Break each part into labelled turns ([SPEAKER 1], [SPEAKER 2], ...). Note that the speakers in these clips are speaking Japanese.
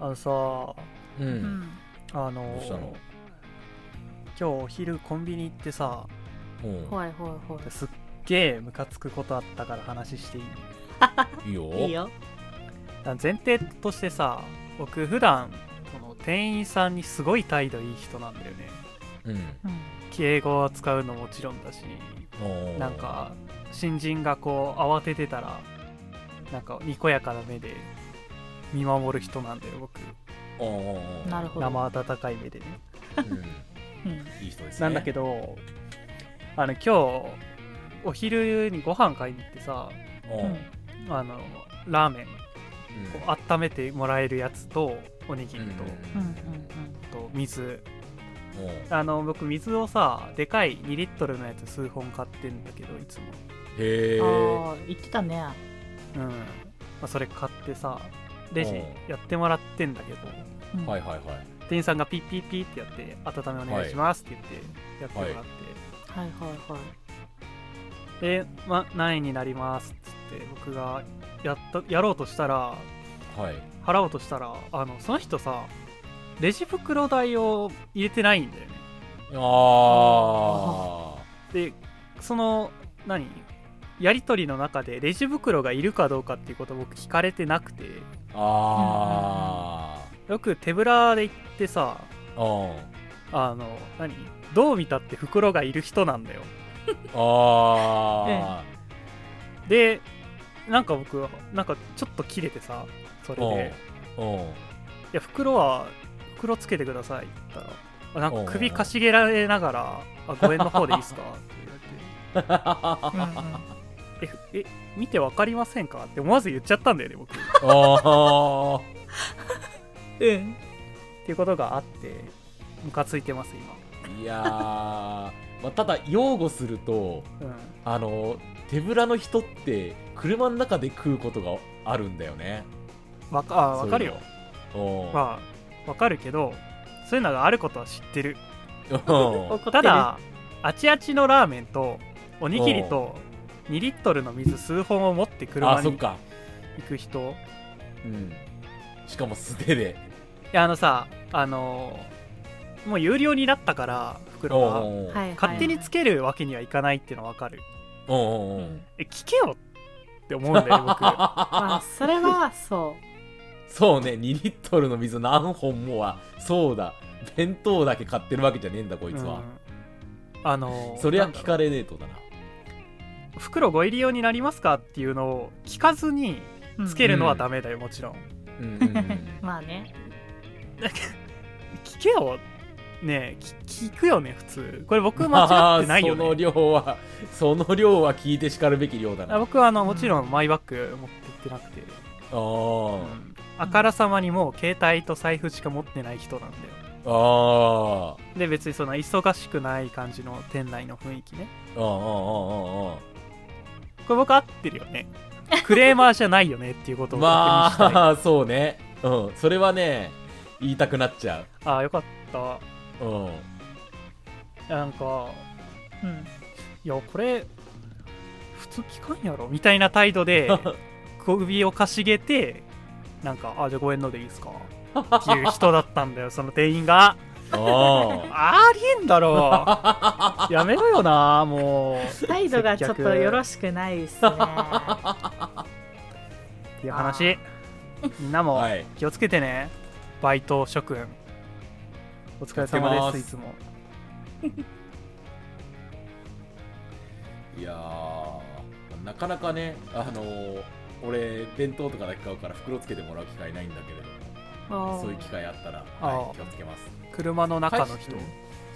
[SPEAKER 1] あのさ
[SPEAKER 2] う。
[SPEAKER 3] うんん
[SPEAKER 1] あ
[SPEAKER 2] どうしたの
[SPEAKER 1] の今日お昼コンビニ行ってさ
[SPEAKER 2] うん。
[SPEAKER 3] はいはいは
[SPEAKER 1] すっげえムカつくことあったから話していい
[SPEAKER 2] いいよ。
[SPEAKER 3] いいいよ
[SPEAKER 1] あの前提としてさ僕普段この店員さんにすごい態度いい人なんだよね
[SPEAKER 2] うん。
[SPEAKER 1] 敬語を使うのもちろんだし
[SPEAKER 2] おー
[SPEAKER 1] なん。か新人がこう慌ててたらなんかにこやかな目で見守る人なんだよ僕
[SPEAKER 2] おー
[SPEAKER 3] なるほど
[SPEAKER 1] 生温かい目でね
[SPEAKER 2] うん
[SPEAKER 3] うん
[SPEAKER 2] いい人ですね。
[SPEAKER 1] なんだけどあの今日お昼にご飯買いに行ってさ
[SPEAKER 2] ど。うん。
[SPEAKER 1] あのラーメンを温めてもらえるやつとおにぎりと,、
[SPEAKER 3] うんうん
[SPEAKER 1] と水
[SPEAKER 2] うん。うん
[SPEAKER 1] あの僕水をさでかい2リットルのやつ数本買ってんだけどいつも、
[SPEAKER 2] へえ。
[SPEAKER 3] うんああ言ってたね
[SPEAKER 1] うんまあ、それ買ってさレジ
[SPEAKER 2] うん
[SPEAKER 1] やってもらってんだけど
[SPEAKER 3] うん
[SPEAKER 2] はいはいはい。
[SPEAKER 1] 店員さんがピッピッピッってやって「温めお願いします」って言ってやってもらっ
[SPEAKER 3] はいはいはい
[SPEAKER 1] て、で、ま、何円になりますっつって僕がやったやろうとしたら
[SPEAKER 2] はい。
[SPEAKER 1] 払おうとしたらあのその人さレジ袋代を入れてないんだよね
[SPEAKER 2] あ
[SPEAKER 1] でその何やり取りの中でレジ袋がいるかどうかっていうことを僕聞かれてなくて
[SPEAKER 2] あ。あ
[SPEAKER 1] よく手ぶらで行ってさ
[SPEAKER 2] あ。うん。
[SPEAKER 1] あの何どう見たって袋がいる人なんだよ
[SPEAKER 2] ああ。
[SPEAKER 1] でなんか僕なんかちょっと切れてさそれで
[SPEAKER 2] うん。うん。
[SPEAKER 1] 「いや袋は袋つけてください」って言ったらあなんか首かしげられながら「あご縁の方でいいっすか?」って言われて。
[SPEAKER 3] うんうん
[SPEAKER 1] えふえ見てわかりませんかって思わず言っちゃったんだよね 僕っ
[SPEAKER 2] ああ。
[SPEAKER 3] うん
[SPEAKER 1] ていうことがあってムカついてます
[SPEAKER 2] いやー、まあ、ただ擁護すると
[SPEAKER 1] 今うん
[SPEAKER 2] あの手ぶらの人って車の中で食うことがあるんだよね
[SPEAKER 1] わかあ
[SPEAKER 2] そういう
[SPEAKER 1] わ
[SPEAKER 2] の
[SPEAKER 1] かるよ
[SPEAKER 2] おー
[SPEAKER 1] まあわかるけどそういうのがあることは知ってる
[SPEAKER 2] うん
[SPEAKER 3] 怒ってる
[SPEAKER 1] ただあちあちのラーメンとおにぎりと2リットルの水数本を持って車
[SPEAKER 2] あそっ
[SPEAKER 1] に行
[SPEAKER 2] か、
[SPEAKER 1] く人
[SPEAKER 2] うん、しかも素手で
[SPEAKER 1] いやあのさあのーもう有料になったから袋は
[SPEAKER 2] おー
[SPEAKER 3] はいはい
[SPEAKER 1] 勝手につけるわけにはいかないっていうのはわかる
[SPEAKER 2] おーおーおー
[SPEAKER 1] え聞けよって思うんだよね僕
[SPEAKER 3] まあそれはそ
[SPEAKER 2] そうね2リットルの水何本もはそうだ弁当だけ買ってるわけじゃねえんだこいつは、
[SPEAKER 1] うんあの
[SPEAKER 2] そりゃ
[SPEAKER 1] なんだ
[SPEAKER 2] 聞
[SPEAKER 1] ろう
[SPEAKER 2] かれねえとだな
[SPEAKER 1] 袋ご入り用になりますかっていうのを聞かずに
[SPEAKER 3] う
[SPEAKER 1] つけるのはダメだよ、もちろん
[SPEAKER 2] うんうんうん
[SPEAKER 3] まあね
[SPEAKER 1] 聞けよねえ聞聞くよね普通これ僕間違ってないよ
[SPEAKER 2] まあその
[SPEAKER 1] ね
[SPEAKER 2] 量はその量は聞いてしかるべき量だな
[SPEAKER 1] あ僕はあのもちろんマイバッグ持って行ってなくて、
[SPEAKER 2] あ
[SPEAKER 1] うんあからさまにもう携帯と財布しか持ってない人なんだよ
[SPEAKER 2] あああ
[SPEAKER 1] で別にその忙しくない感じの店内の雰囲気ね
[SPEAKER 2] ああ
[SPEAKER 1] これ僕合ってるよ ねクレーマーじゃないよねっていうことを確認したい、
[SPEAKER 2] まあそうねうんそれはね言いたくなっちゃ
[SPEAKER 1] ああよかった
[SPEAKER 2] ううん
[SPEAKER 1] なんか
[SPEAKER 3] うん
[SPEAKER 1] いやこれ普通聞かんやろみたいな態度 で首をかしげてなんか「あじゃあご縁のでいいですか」っていう人だったんだよ その店員が「
[SPEAKER 2] あ
[SPEAKER 1] ありえんだろ やめろよなも
[SPEAKER 3] 態度がちょっとよろしくないです ね
[SPEAKER 1] う」っていう話みんな も
[SPEAKER 2] はい
[SPEAKER 1] 気をつけてね、バイト諸君お疲れ
[SPEAKER 2] 気を
[SPEAKER 1] 様
[SPEAKER 2] つけます
[SPEAKER 1] ですいつも
[SPEAKER 2] いやーなかなかねあのー俺弁当とかだけ買うから袋つけてもらう機会ないんだけれどもそういう機会あったら、
[SPEAKER 1] あ
[SPEAKER 2] は
[SPEAKER 1] ー
[SPEAKER 2] い、気をつけます
[SPEAKER 1] 車の中の人
[SPEAKER 2] 会社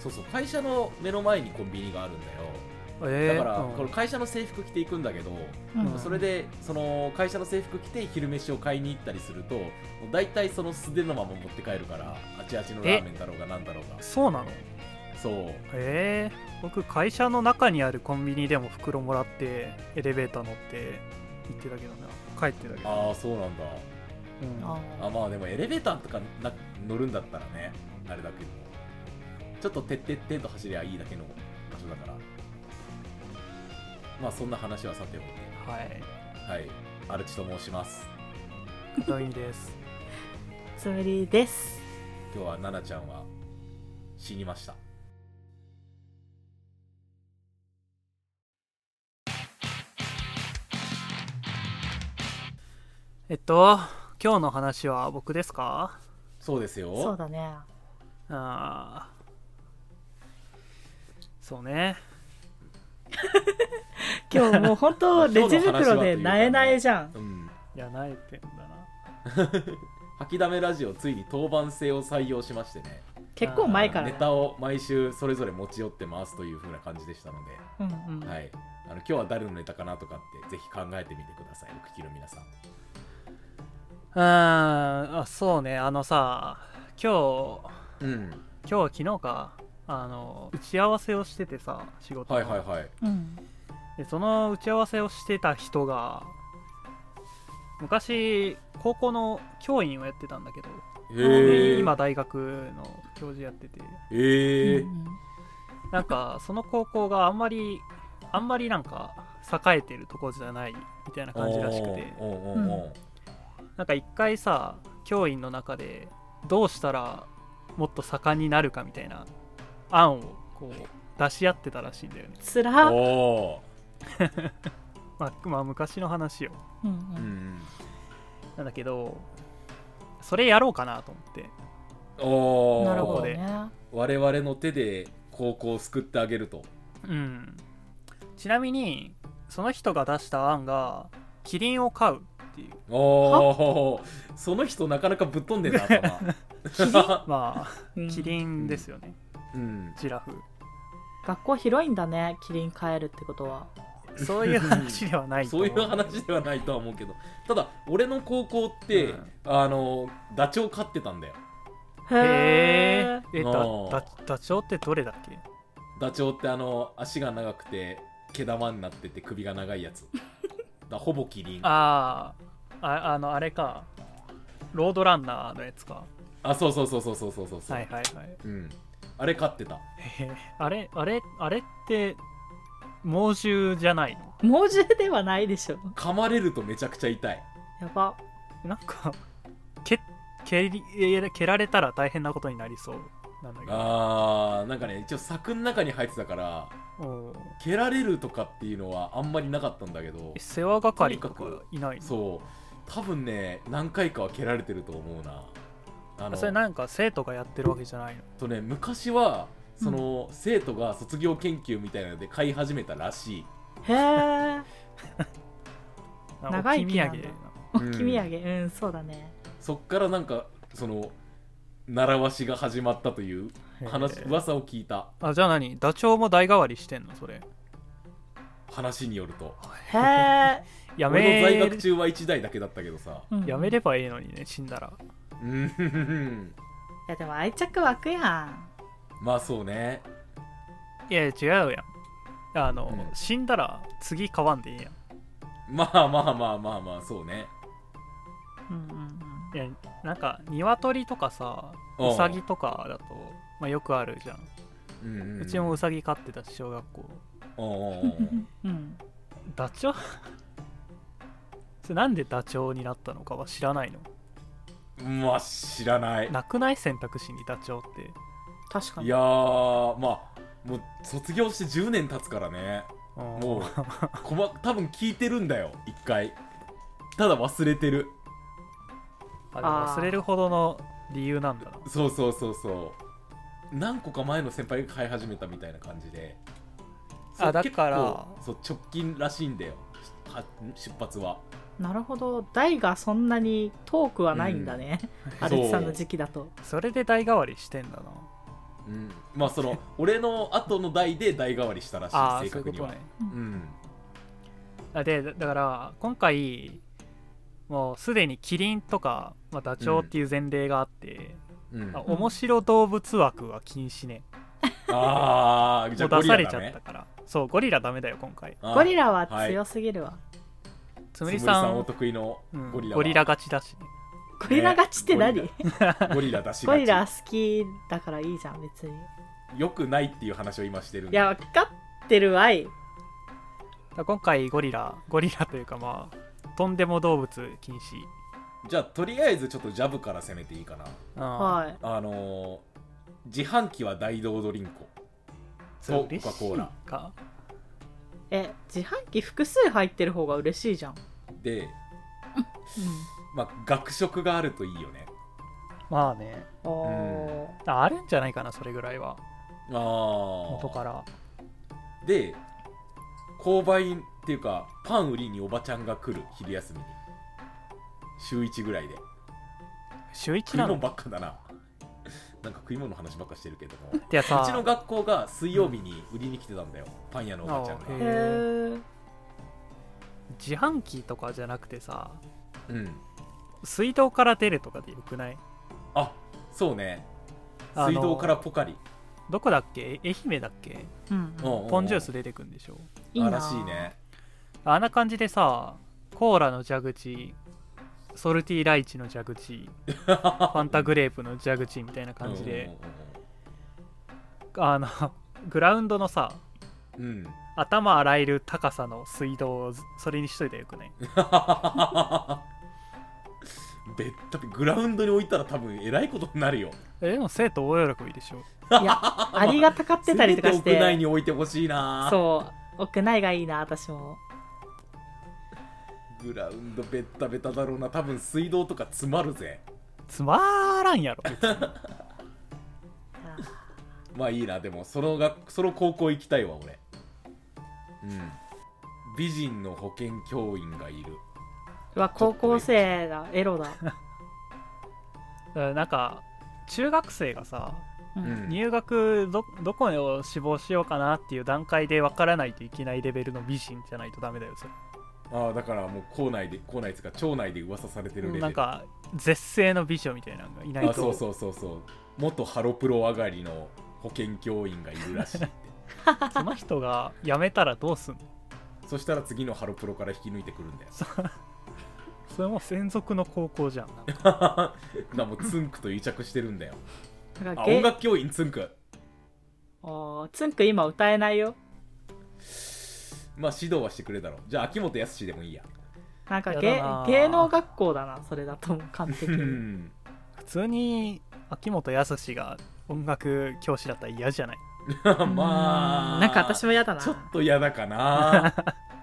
[SPEAKER 2] そうそう会社の目の前にコンビニがあるんだよ
[SPEAKER 1] え
[SPEAKER 2] だ
[SPEAKER 1] ー
[SPEAKER 2] から、
[SPEAKER 1] うん
[SPEAKER 2] この会社の制服着ていくんだけど、
[SPEAKER 3] うん
[SPEAKER 1] うん
[SPEAKER 2] それでその会社の制服着て昼飯を買いに行ったりするともう大体その素手のまま持って帰るからあちあちのラーメンだろうがなんだろうが
[SPEAKER 1] そうなの
[SPEAKER 2] そう
[SPEAKER 1] えー、僕会社の中にあるコンビニでも袋もらってエレベーター乗って行ってたけどな帰ってたけど
[SPEAKER 2] ああそうなんだ
[SPEAKER 1] うん
[SPEAKER 3] あ
[SPEAKER 2] あまあでもエレベーターとかな乗るんだったらねあれだけどちょっとてってってんと走りゃいいだけの場所だからまあそんな話はさておき
[SPEAKER 1] はい
[SPEAKER 2] はいアルチと申します
[SPEAKER 1] 片井です
[SPEAKER 3] ーつむりです
[SPEAKER 2] 今日は奈々ちゃんは死にました
[SPEAKER 1] えっと今日の話は僕ですか
[SPEAKER 2] そうですよ
[SPEAKER 3] そうだね
[SPEAKER 1] あーそうね
[SPEAKER 3] 今日もう本当レジ袋でなえなえじゃん
[SPEAKER 2] うん
[SPEAKER 1] いや慣れてんだ
[SPEAKER 2] 吐きだめラジオついに当番制を採用しましてね
[SPEAKER 3] 結構前から
[SPEAKER 2] ネ
[SPEAKER 3] ね
[SPEAKER 2] タを毎週それぞれ持ち寄って回すという風な感じでしたので、
[SPEAKER 3] うん
[SPEAKER 1] な、うん
[SPEAKER 2] はい、あの今日は誰のネタかなとかってぜひ考えてみてくださいお聞きの皆さん
[SPEAKER 1] うーんあそうねあのさ今日
[SPEAKER 2] うん
[SPEAKER 1] 今日昨日かあの打ち合わせをしててさ仕事の
[SPEAKER 2] はいはいはい
[SPEAKER 3] うん
[SPEAKER 1] でその打ち合わせをしてた人が昔高校の教員をやってたんだけど、
[SPEAKER 2] え
[SPEAKER 1] で
[SPEAKER 2] ー、
[SPEAKER 1] 今大学の教授やってて
[SPEAKER 2] え
[SPEAKER 3] うん
[SPEAKER 2] ー、
[SPEAKER 1] なんかその高校があんまりあんまりなんか栄えてるとこじゃないみたいな感じらしくて
[SPEAKER 2] おーおーおーおー
[SPEAKER 1] なんか一回さ教員の中でどうしたらもっと盛んになるかみたいな案をこう出し合ってたらしいんだよね、
[SPEAKER 3] つらっ
[SPEAKER 2] お
[SPEAKER 1] まあ、まあ昔の話よ
[SPEAKER 3] うん
[SPEAKER 2] ーうんうん
[SPEAKER 1] なんだけどそれやろうかなと思って
[SPEAKER 2] お
[SPEAKER 3] うん
[SPEAKER 2] ー
[SPEAKER 3] なるほど
[SPEAKER 1] こ
[SPEAKER 3] ね
[SPEAKER 2] 我々の手で高校を救ってあげると
[SPEAKER 1] うんちなみにその人が出した案がキリンを飼うって いう
[SPEAKER 2] おおその人なかなかぶっ飛んでんな頭
[SPEAKER 1] まあ
[SPEAKER 3] うん
[SPEAKER 1] キリンですよね、
[SPEAKER 2] うん
[SPEAKER 1] ジラフ
[SPEAKER 3] 学校広いんだねキリン飼えるってことは
[SPEAKER 1] そういう話ではないと
[SPEAKER 2] そう
[SPEAKER 1] 思
[SPEAKER 2] いう話ではないとは思うけどただ俺の高校って、
[SPEAKER 1] うん
[SPEAKER 2] あのダチョウ飼ってたんだよ
[SPEAKER 1] へ
[SPEAKER 3] へ
[SPEAKER 1] え
[SPEAKER 2] あー
[SPEAKER 1] だだダチョウってどれだっけ
[SPEAKER 2] ダチョウってあの足が長くて毛玉になってて首が長い やつだほぼキリンあ
[SPEAKER 1] あーああのあれかロードランナーのやつか
[SPEAKER 2] そうそうそうそうそうそうそう、
[SPEAKER 1] はいはいはい
[SPEAKER 2] うん、あれ飼ってた
[SPEAKER 1] へへあれあれあれって猛獣じゃないの
[SPEAKER 3] え猛獣ではないでしょ
[SPEAKER 2] 噛まれるとめちゃくちゃ痛い
[SPEAKER 3] やば
[SPEAKER 1] なんか蹴蹴り蹴られたら大変なことになりそうなんだけど
[SPEAKER 2] あーなんかね一応柵の中に入ってたから
[SPEAKER 1] うん
[SPEAKER 2] 蹴られるとかっていうのはあんまりなかったんだけど
[SPEAKER 1] え世話係とか
[SPEAKER 2] とにかく
[SPEAKER 1] いないの
[SPEAKER 2] そう多分ね何回かは蹴られてると思うなあ
[SPEAKER 1] それなんか生徒がやってるわけじゃないの
[SPEAKER 2] とね昔はその、生徒が卒業研究みたいなので飼い始めたらしい、
[SPEAKER 3] へえ
[SPEAKER 1] なんか
[SPEAKER 3] 長生
[SPEAKER 1] 置
[SPEAKER 3] き
[SPEAKER 1] き
[SPEAKER 3] な
[SPEAKER 1] 土
[SPEAKER 3] んだ
[SPEAKER 1] 産
[SPEAKER 3] おき土産うんそうだね
[SPEAKER 2] そっからなんかその習わしが始まったという
[SPEAKER 1] へー
[SPEAKER 2] 話噂を聞いた
[SPEAKER 1] あじゃあ何ダチョウも代替わりしてんのそれ
[SPEAKER 2] 話によると
[SPEAKER 3] へ え
[SPEAKER 1] や
[SPEAKER 2] 俺の在
[SPEAKER 1] め
[SPEAKER 2] 学中は1台だけだったけどさ
[SPEAKER 1] やめればいいのにね死んだら
[SPEAKER 2] うん
[SPEAKER 3] いやでも愛着湧くやん
[SPEAKER 2] まあそうね
[SPEAKER 1] いや違うやんあの、
[SPEAKER 2] うん
[SPEAKER 1] 死んだら次買わんでいいや
[SPEAKER 2] まあまあまあまあまあそうね
[SPEAKER 3] うんうん
[SPEAKER 1] んいやなんか鶏とかさ
[SPEAKER 2] うん
[SPEAKER 1] ウサギとかだと、まあ、よくあるじゃん、
[SPEAKER 2] うんうん
[SPEAKER 1] う
[SPEAKER 2] うん
[SPEAKER 1] ちもウサギ飼ってたし小学校
[SPEAKER 2] うんうんう
[SPEAKER 3] うんんうん
[SPEAKER 1] ダチョウ それなんでダチョウになったのかは知らないの
[SPEAKER 2] うん まあ知らない
[SPEAKER 1] なくない選択肢にダチョウって
[SPEAKER 3] 確か
[SPEAKER 2] い
[SPEAKER 3] に
[SPEAKER 2] やーまあもう卒業して10年経つからねもう
[SPEAKER 1] うん
[SPEAKER 2] こま多分聞いてるんだよ一回ただ忘れてる
[SPEAKER 1] あでも忘れるほどの理由なんだな
[SPEAKER 2] そうそうそうそう何個か前の先輩が飼い始めたみたいな感じで
[SPEAKER 1] あ
[SPEAKER 2] そう
[SPEAKER 1] だから
[SPEAKER 2] 結構そう直近らしいんだよは出発は
[SPEAKER 3] なるほど大がそんなに遠くはないんだね、
[SPEAKER 2] うん
[SPEAKER 3] アレキさんの時期だと
[SPEAKER 1] それで代替わりしてんだな
[SPEAKER 2] うんまあそ の俺の後の代で代替わりしたらし
[SPEAKER 1] ああ
[SPEAKER 2] い
[SPEAKER 1] そ
[SPEAKER 2] 正
[SPEAKER 1] うい
[SPEAKER 2] 確
[SPEAKER 1] う
[SPEAKER 2] に
[SPEAKER 1] こと
[SPEAKER 2] は
[SPEAKER 1] ね
[SPEAKER 2] うん
[SPEAKER 1] あでだだから今回もうすでにキリンとか、まあ、ダチョウっていう前例があって、
[SPEAKER 2] うん
[SPEAKER 1] あ
[SPEAKER 2] あ
[SPEAKER 1] 面白動物枠は禁止ね、
[SPEAKER 2] あーじ
[SPEAKER 1] もう
[SPEAKER 2] ゃ
[SPEAKER 1] 出
[SPEAKER 2] あゴリ
[SPEAKER 1] さ
[SPEAKER 2] ラ
[SPEAKER 1] れ
[SPEAKER 2] だ
[SPEAKER 1] ちゃっ
[SPEAKER 2] ね
[SPEAKER 1] たからそうゴリラダメだよ今回
[SPEAKER 2] あー
[SPEAKER 3] ゴリラは強すぎるわ、
[SPEAKER 1] つ
[SPEAKER 2] つ
[SPEAKER 1] む
[SPEAKER 2] む
[SPEAKER 1] り
[SPEAKER 2] り
[SPEAKER 1] さ
[SPEAKER 2] さ
[SPEAKER 1] ん
[SPEAKER 2] んお得意の
[SPEAKER 1] うん
[SPEAKER 2] ゴリラ
[SPEAKER 1] ゴ
[SPEAKER 2] は
[SPEAKER 1] リラ勝ちだしね
[SPEAKER 3] ゴリラ勝ちって何、
[SPEAKER 2] ねゴリラ出し
[SPEAKER 3] ゴ
[SPEAKER 2] がち
[SPEAKER 3] リラ好きだからいいじゃん別に
[SPEAKER 2] よくないっていう話を今してるん
[SPEAKER 3] い
[SPEAKER 2] で
[SPEAKER 3] や分かってるわい
[SPEAKER 1] だから今回ゴリラゴリラというかまあとんでも動物禁止
[SPEAKER 2] じゃあとりあえずちょっとジャブから攻めていいかな
[SPEAKER 1] あ
[SPEAKER 3] はい。
[SPEAKER 2] あのー自販機は大道ドリンクとコカ・コーラ
[SPEAKER 1] ーか
[SPEAKER 3] え、自販機複数入ってる方が嬉しいじゃん。
[SPEAKER 2] で、まあ、学食があるといいよね
[SPEAKER 1] まあね
[SPEAKER 3] うん。おー
[SPEAKER 1] ああるんじゃないかなそれぐらいは
[SPEAKER 2] あ
[SPEAKER 1] 元
[SPEAKER 2] あ
[SPEAKER 1] から
[SPEAKER 2] で購買っていうかパン売りにおばちゃんが来る昼休みに週1ぐらいで
[SPEAKER 1] 週一
[SPEAKER 2] 食い
[SPEAKER 1] な
[SPEAKER 2] 物
[SPEAKER 1] の
[SPEAKER 2] ばっかだな なんか食い物の話ばっかしてるけども
[SPEAKER 1] ってやさ
[SPEAKER 2] うちの学校が水曜日に売りに来てたんだよ、パン屋のおばちゃん
[SPEAKER 1] あー
[SPEAKER 3] へ
[SPEAKER 1] へ
[SPEAKER 2] が、
[SPEAKER 3] ー
[SPEAKER 1] 自販機とかじゃなくてさ
[SPEAKER 2] うん、
[SPEAKER 1] 水道から出るとかでよくない
[SPEAKER 2] あそうね
[SPEAKER 1] あの
[SPEAKER 2] 水道からポカリ
[SPEAKER 1] どこだっけ愛媛だっけ
[SPEAKER 3] うん。
[SPEAKER 2] うんうんうん
[SPEAKER 1] ポンジュース出てくんでしょ
[SPEAKER 3] いいな。
[SPEAKER 2] あらしい。ね
[SPEAKER 1] あんな感じでさコーラの蛇口ソルティライチの蛇 口ファンタグレープの蛇口みたいな感じで、あのグラウンドのさ
[SPEAKER 2] うんうんうんうん、 うん、
[SPEAKER 1] 頭洗える高さの水道をずそれにしといたらよくない
[SPEAKER 2] べったくグラウンドに置いたら多分えらいことになるよ
[SPEAKER 1] えでも生徒大喜びでしょ
[SPEAKER 3] いや、ありがたかってたりとかし
[SPEAKER 2] せめ屋内
[SPEAKER 3] て。
[SPEAKER 2] に置いてほしいな
[SPEAKER 3] そう。屋内がいいな、私も。
[SPEAKER 2] グラウンドベッタベタだろうな多分水道とか詰まるぜ
[SPEAKER 1] つまらんやろ別に
[SPEAKER 3] あー
[SPEAKER 2] まあいいなでもその学その高校行きたいわ俺うん美人の保健教員がいる
[SPEAKER 3] うわ、高校生だ。エロだ。
[SPEAKER 1] うんなんか中学生がさ
[SPEAKER 3] う。
[SPEAKER 2] うんん
[SPEAKER 1] 入学どどこを志望しようかなっていう段階で分からないといけないレベルの美人じゃないとダメだよそれ
[SPEAKER 2] ああだからもう校内で校内ですか町内で噂されてるレベル
[SPEAKER 1] なんか絶世の美女みたいなのがいない
[SPEAKER 2] あ
[SPEAKER 1] と
[SPEAKER 2] そうそうそうそう元ハロプロ上がりの保健教員がいるらしいって
[SPEAKER 1] その人が辞めたらどうすんの
[SPEAKER 2] そしたら次のハロプロから引き抜いてくるんだよ
[SPEAKER 1] それも専属の高校じゃんなんか
[SPEAKER 2] なもうツンクと癒着してるんだよ
[SPEAKER 3] なんか
[SPEAKER 2] あ
[SPEAKER 3] ゲ
[SPEAKER 2] 音楽教員ツンク
[SPEAKER 3] あーつんく今歌えないよ。
[SPEAKER 2] まあ指導はしてくれだろうじゃあ秋元康でもいいや
[SPEAKER 3] なんか
[SPEAKER 1] や
[SPEAKER 3] 芸
[SPEAKER 1] だなあ
[SPEAKER 3] 芸能学校だな、それだともう完璧
[SPEAKER 2] う
[SPEAKER 3] に。
[SPEAKER 2] ん
[SPEAKER 1] 普通に秋元康が音楽教師だったら嫌じゃない
[SPEAKER 2] まあ
[SPEAKER 3] なんか私も嫌だな。
[SPEAKER 2] ちょっと嫌だかな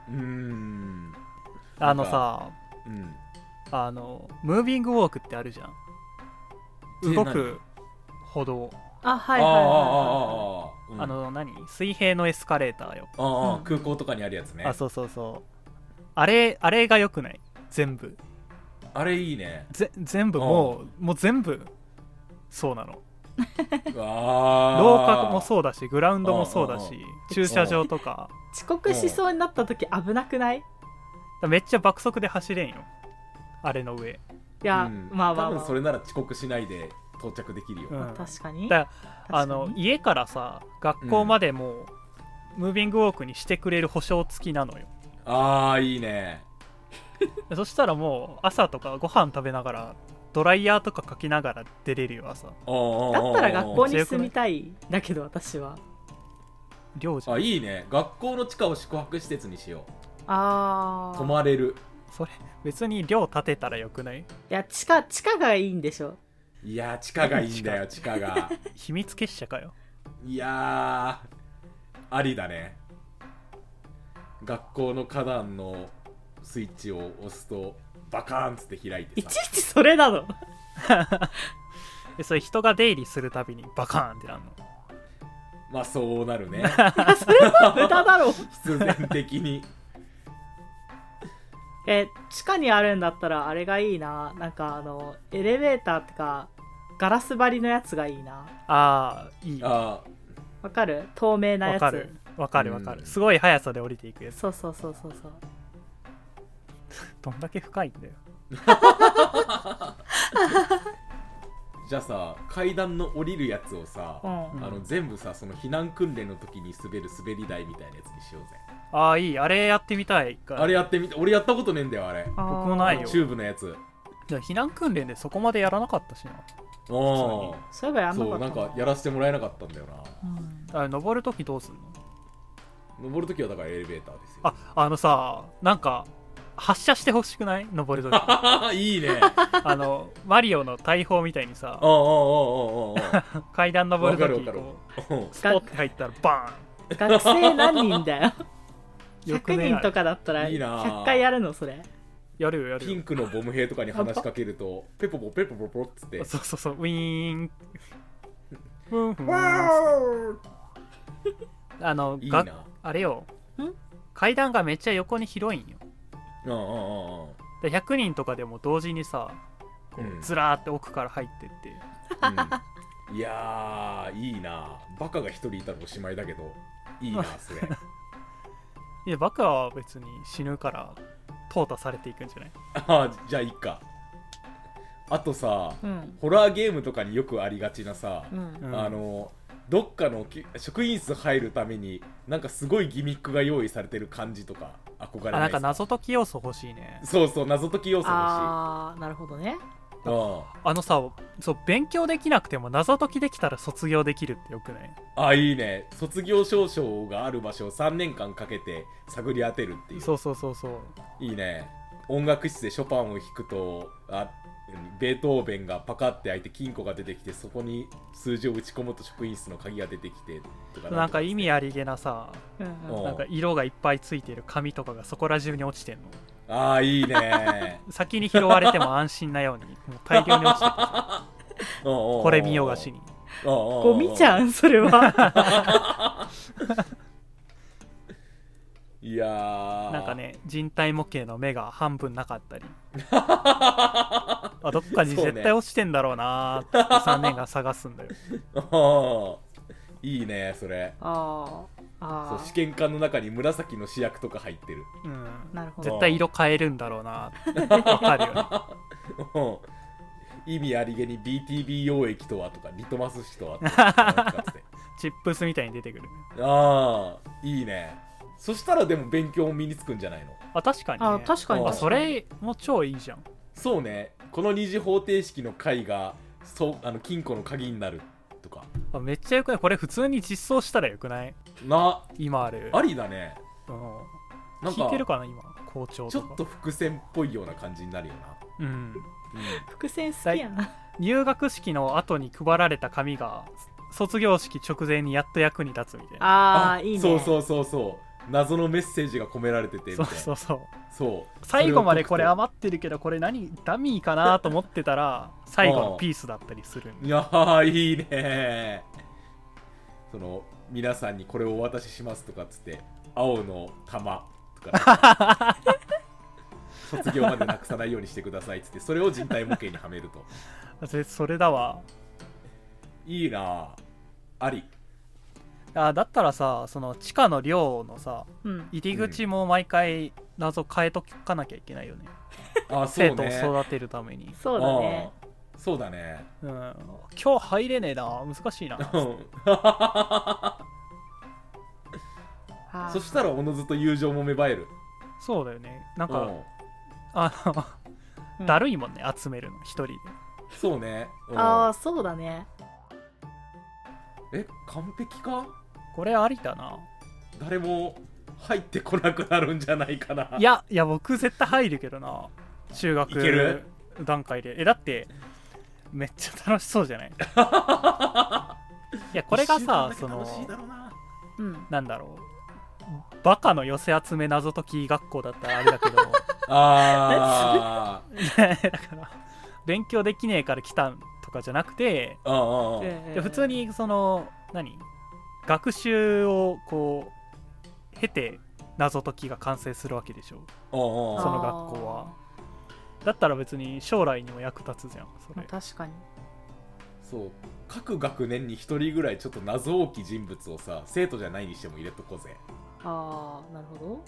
[SPEAKER 2] うーん
[SPEAKER 1] あのさ
[SPEAKER 2] うん
[SPEAKER 1] あのムービングウォークってあるじゃん動く歩道
[SPEAKER 3] あ、は
[SPEAKER 2] あ
[SPEAKER 3] い
[SPEAKER 2] あ
[SPEAKER 3] は
[SPEAKER 2] あ
[SPEAKER 3] いはい
[SPEAKER 2] あ
[SPEAKER 3] は
[SPEAKER 2] あああ
[SPEAKER 1] あの何水平のエスカレーターよ、
[SPEAKER 2] ああ
[SPEAKER 3] うん
[SPEAKER 2] 空港とかにあるやつね
[SPEAKER 1] あそうそうそうあれあれがよくない全部
[SPEAKER 2] あれいいね
[SPEAKER 1] ぜ全部もうもう全部そうなの
[SPEAKER 2] あ
[SPEAKER 1] 廊下も
[SPEAKER 2] う
[SPEAKER 1] そうだしグラウンドもそうだ
[SPEAKER 2] うん
[SPEAKER 1] し
[SPEAKER 2] うん
[SPEAKER 1] 駐車場とか
[SPEAKER 3] い。遅刻しそうになった時危なくないい
[SPEAKER 1] めっちゃ爆速で走れんよあれの上
[SPEAKER 3] や、
[SPEAKER 2] うん
[SPEAKER 3] まあまあ、
[SPEAKER 2] 多
[SPEAKER 3] まあ
[SPEAKER 2] 分それなら遅刻しないで到着できるよ、
[SPEAKER 1] うん
[SPEAKER 3] まあ確かに。
[SPEAKER 1] だ
[SPEAKER 3] 確かに
[SPEAKER 1] あの家からさ学校までもうムービングウォークにしてくれる保証付きなのよ
[SPEAKER 2] ああいいね
[SPEAKER 1] そしたらもう朝とかご飯食べながらドライヤーとかかきながら出れるよ朝
[SPEAKER 2] だ
[SPEAKER 3] だったら学校
[SPEAKER 1] めっちゃ良く
[SPEAKER 3] に
[SPEAKER 1] ない
[SPEAKER 3] 住みたいだけど私は。
[SPEAKER 1] 寮じゃ
[SPEAKER 2] あ
[SPEAKER 1] ん
[SPEAKER 2] いいね学校の地下を宿泊施設にしよ
[SPEAKER 3] あ
[SPEAKER 2] う泊
[SPEAKER 3] あ。
[SPEAKER 2] まれる
[SPEAKER 1] それ別に寮建てたらよくない
[SPEAKER 3] いや、地下、地下がいいんでしょ。
[SPEAKER 2] いやー地下がいいんだ よ地下が
[SPEAKER 1] 秘密結社かよ
[SPEAKER 2] いやーありだね学校の花壇のスイッチを押すとバカーンっつって開いて
[SPEAKER 3] い
[SPEAKER 2] さ
[SPEAKER 3] ちいちそれ なの。
[SPEAKER 1] でそれ人が出入りするたびにバカーンってなるの
[SPEAKER 2] まあそうなる ね
[SPEAKER 3] それは無駄だろ。
[SPEAKER 2] 必然的に
[SPEAKER 3] え、地下にあるんだったらあれがいいな。なんかあの、エレベーターってか、ガラス張りのやつがいいな。
[SPEAKER 1] ああいいわ
[SPEAKER 2] あ
[SPEAKER 3] わかる透明なやつ。
[SPEAKER 1] かるわかるわか
[SPEAKER 2] う
[SPEAKER 1] る
[SPEAKER 2] ん
[SPEAKER 1] すごい速さで降りていくやつ
[SPEAKER 3] そうそうそうそうそう。
[SPEAKER 1] どんだけ深いんだよ
[SPEAKER 2] ーじゃあさ階段の降りるやつをさ、
[SPEAKER 3] うん。
[SPEAKER 2] あの全部さその避難訓練の時に滑る滑り台みたいなやつにしようぜ
[SPEAKER 1] ああいいあれやってみたいから
[SPEAKER 2] あれやってみて俺やったことねえんだよあれ
[SPEAKER 1] 僕もないよ
[SPEAKER 2] チューブのやつ
[SPEAKER 1] じゃあ避難訓練でそこまでやらなかったしな
[SPEAKER 2] おお
[SPEAKER 3] そういえばやんな
[SPEAKER 2] そ
[SPEAKER 3] か
[SPEAKER 2] う
[SPEAKER 3] った
[SPEAKER 2] なんかやらせてもらえなかったんだよ な
[SPEAKER 3] うん
[SPEAKER 1] あれ登るときどうすんの
[SPEAKER 2] 登るときはだからエレベーターですよ
[SPEAKER 1] ああのさなんか発射してほしくない登 るとき
[SPEAKER 2] いいね。
[SPEAKER 1] あのマリオの大砲みたいにさ
[SPEAKER 2] おうおうおうおうおう
[SPEAKER 1] 階段
[SPEAKER 2] おう。
[SPEAKER 1] 登
[SPEAKER 2] わか
[SPEAKER 1] る
[SPEAKER 2] る
[SPEAKER 1] と
[SPEAKER 2] わ
[SPEAKER 1] き
[SPEAKER 2] かる
[SPEAKER 1] こ。
[SPEAKER 2] うん
[SPEAKER 1] うスポッて入ったらバーン
[SPEAKER 3] 学生何人だ よ
[SPEAKER 1] 翌
[SPEAKER 3] 100
[SPEAKER 1] 年
[SPEAKER 3] 人
[SPEAKER 1] あ
[SPEAKER 3] と
[SPEAKER 1] る
[SPEAKER 3] かだったら
[SPEAKER 2] いいな
[SPEAKER 3] 100回やるのそれ
[SPEAKER 1] やるよやる
[SPEAKER 2] ピ
[SPEAKER 1] よ
[SPEAKER 2] ンクのボム兵とかに話しかけると、ペポポペポポポっつって。
[SPEAKER 1] そうそうそうウィーンふんふん
[SPEAKER 2] わー
[SPEAKER 1] あの
[SPEAKER 2] いい
[SPEAKER 1] が
[SPEAKER 2] な。
[SPEAKER 1] あれよ
[SPEAKER 3] ん
[SPEAKER 1] 階段がめっちゃ横に広いんよ
[SPEAKER 2] うんうんうんうん。
[SPEAKER 1] で100人とかでも同時にさこう
[SPEAKER 2] うん
[SPEAKER 1] ずらーって奥から入ってって、
[SPEAKER 2] うんいやー、いいな。バカが一人いたらおしまいだけど、いいな、それ。
[SPEAKER 1] いやバカは別に死ぬから淘汰されていくんじゃない
[SPEAKER 2] あーじゃあ、いいか。あとさ、
[SPEAKER 3] うん
[SPEAKER 2] ホラーゲームとかによくありがちなさ、
[SPEAKER 3] うん
[SPEAKER 1] うん
[SPEAKER 2] あの、どっかのき職員室入るために、なんかすごいギミックが用意されてる感じとか、憧れ
[SPEAKER 1] あ
[SPEAKER 2] な
[SPEAKER 1] ないん
[SPEAKER 2] で
[SPEAKER 1] か
[SPEAKER 2] すか
[SPEAKER 1] 謎解き要素欲しいね
[SPEAKER 2] そうそう、謎解き要素だ
[SPEAKER 3] ああなるほどね
[SPEAKER 2] し。うん
[SPEAKER 1] あのさそう勉強できなくても謎解きできたら卒業できるってよくない
[SPEAKER 2] あいいね卒業証書がある場所を3年間かけて探り当てるっていう
[SPEAKER 1] そうそうそうそう
[SPEAKER 2] いいね音楽室でショパンを弾くとあベートーベンがパカって開いて金庫が出てきてそこに数字を打ち込むと職員室の鍵が出てきてとか
[SPEAKER 1] なんか意味ありげなさ
[SPEAKER 3] うんうん
[SPEAKER 2] うん
[SPEAKER 1] なんか色がいっぱいついてる紙とかがそこら中に落ちてんの
[SPEAKER 2] ああいいね
[SPEAKER 1] 先に拾われても安心なようにもう大量に 落ちてる こ
[SPEAKER 2] こ
[SPEAKER 1] れ見よがしに
[SPEAKER 2] ゴ
[SPEAKER 3] ゴミちゃんそれ は
[SPEAKER 2] いやー
[SPEAKER 1] なんかね人体模型の目が半分なかった りあどっかに絶対落ちてんだろうなーって3年が探すんだよ
[SPEAKER 2] うん いいねそれ
[SPEAKER 3] あー
[SPEAKER 2] そ
[SPEAKER 3] あ
[SPEAKER 2] う試
[SPEAKER 3] ー
[SPEAKER 2] 験管の中に紫の試薬とか入ってる
[SPEAKER 1] うん
[SPEAKER 3] なるほど
[SPEAKER 1] 絶対色変えるんだろうなーってわかるよね
[SPEAKER 2] うん意味ありげに BTB 溶液とはとかリトマス紙とはとか
[SPEAKER 1] チップスみたいに出てくる
[SPEAKER 2] ああいいねそしたらでも勉強も身につくんじゃないの
[SPEAKER 1] あ確かに、ね、
[SPEAKER 3] あ確かに
[SPEAKER 2] あ
[SPEAKER 1] あそれも超いいじゃん
[SPEAKER 2] そうねこの二次方程式の解がそうあの金庫の鍵になるとか
[SPEAKER 1] あめっちゃよくないこれ普通に実装したらよくない
[SPEAKER 2] な
[SPEAKER 1] 今ある
[SPEAKER 2] ありだね
[SPEAKER 1] うん
[SPEAKER 2] なん
[SPEAKER 1] 聞いてる
[SPEAKER 2] か
[SPEAKER 1] かな今校長
[SPEAKER 2] ちょ
[SPEAKER 1] と
[SPEAKER 2] っ
[SPEAKER 1] か
[SPEAKER 2] と伏線っぽいような感じになるよ
[SPEAKER 1] うん、
[SPEAKER 2] な、うん
[SPEAKER 3] 伏線好きやな
[SPEAKER 1] 入学式の後に配られた紙が卒業式直前にやっと役に立つみたいな
[SPEAKER 3] ああいいね
[SPEAKER 2] そうそううそうそう謎のメッセージが込められててみた
[SPEAKER 1] そ
[SPEAKER 2] いうな
[SPEAKER 1] そうそう
[SPEAKER 2] そう
[SPEAKER 1] 最後までこれ
[SPEAKER 2] あ
[SPEAKER 1] 余ってるけどこれ何ダミーかなと思ってたら最後のピースだったりするん
[SPEAKER 2] い
[SPEAKER 1] で
[SPEAKER 2] やーいいねその皆さんにこれをお渡ししますとかっつって青の玉とか 卒業までなくさないようにしてくださいっつってそれを人体模型にはめると
[SPEAKER 1] それそれだわ
[SPEAKER 2] いいなああり
[SPEAKER 1] あだったらさその地下の寮のさ
[SPEAKER 3] ん
[SPEAKER 1] 入り口も毎回謎変えとかなきゃいけないよね、
[SPEAKER 2] あそう
[SPEAKER 1] 生徒
[SPEAKER 2] ね
[SPEAKER 1] を育てるために
[SPEAKER 3] そうだね
[SPEAKER 2] あーそうだね
[SPEAKER 1] うん、今日入れねえな難しいな
[SPEAKER 3] あー
[SPEAKER 2] そしたらおのずと友情も芽生える
[SPEAKER 1] そうだよねなん
[SPEAKER 2] う
[SPEAKER 1] か、
[SPEAKER 2] ん
[SPEAKER 1] あ
[SPEAKER 3] うん
[SPEAKER 1] のだるいもんね集めるの一人で
[SPEAKER 2] そうねうん
[SPEAKER 3] ああそうだね
[SPEAKER 2] え完璧か
[SPEAKER 1] これありだな
[SPEAKER 2] 誰も入ってこなくなるんじゃないかない
[SPEAKER 1] やいや僕絶対入るけどな中
[SPEAKER 2] いける
[SPEAKER 1] 学段階でえだってめっちゃ楽しそう じゃないいやこれがさ
[SPEAKER 2] 一週
[SPEAKER 1] そ
[SPEAKER 2] 間だ
[SPEAKER 1] の
[SPEAKER 2] け楽しいだろうな
[SPEAKER 3] うん
[SPEAKER 1] なんだろうバカの寄せ集め謎解き学校だったらあれだ けどだ
[SPEAKER 2] あ
[SPEAKER 1] か ら勉強できねえから来たとかじゃなくて
[SPEAKER 2] あ、うんうんうん
[SPEAKER 3] え
[SPEAKER 1] い
[SPEAKER 3] え
[SPEAKER 1] や普通にその何学習をこう経て謎解きが完成するわけでしょ
[SPEAKER 2] うんうん
[SPEAKER 1] その学校はだったら別に将来にも役立つじゃんそ
[SPEAKER 3] ま
[SPEAKER 1] れ
[SPEAKER 3] あ確かに
[SPEAKER 2] そう各学年に一人ぐらいちょっと謎多き人物をさ生徒じゃないにしても入れとこうぜ
[SPEAKER 3] ああなるほ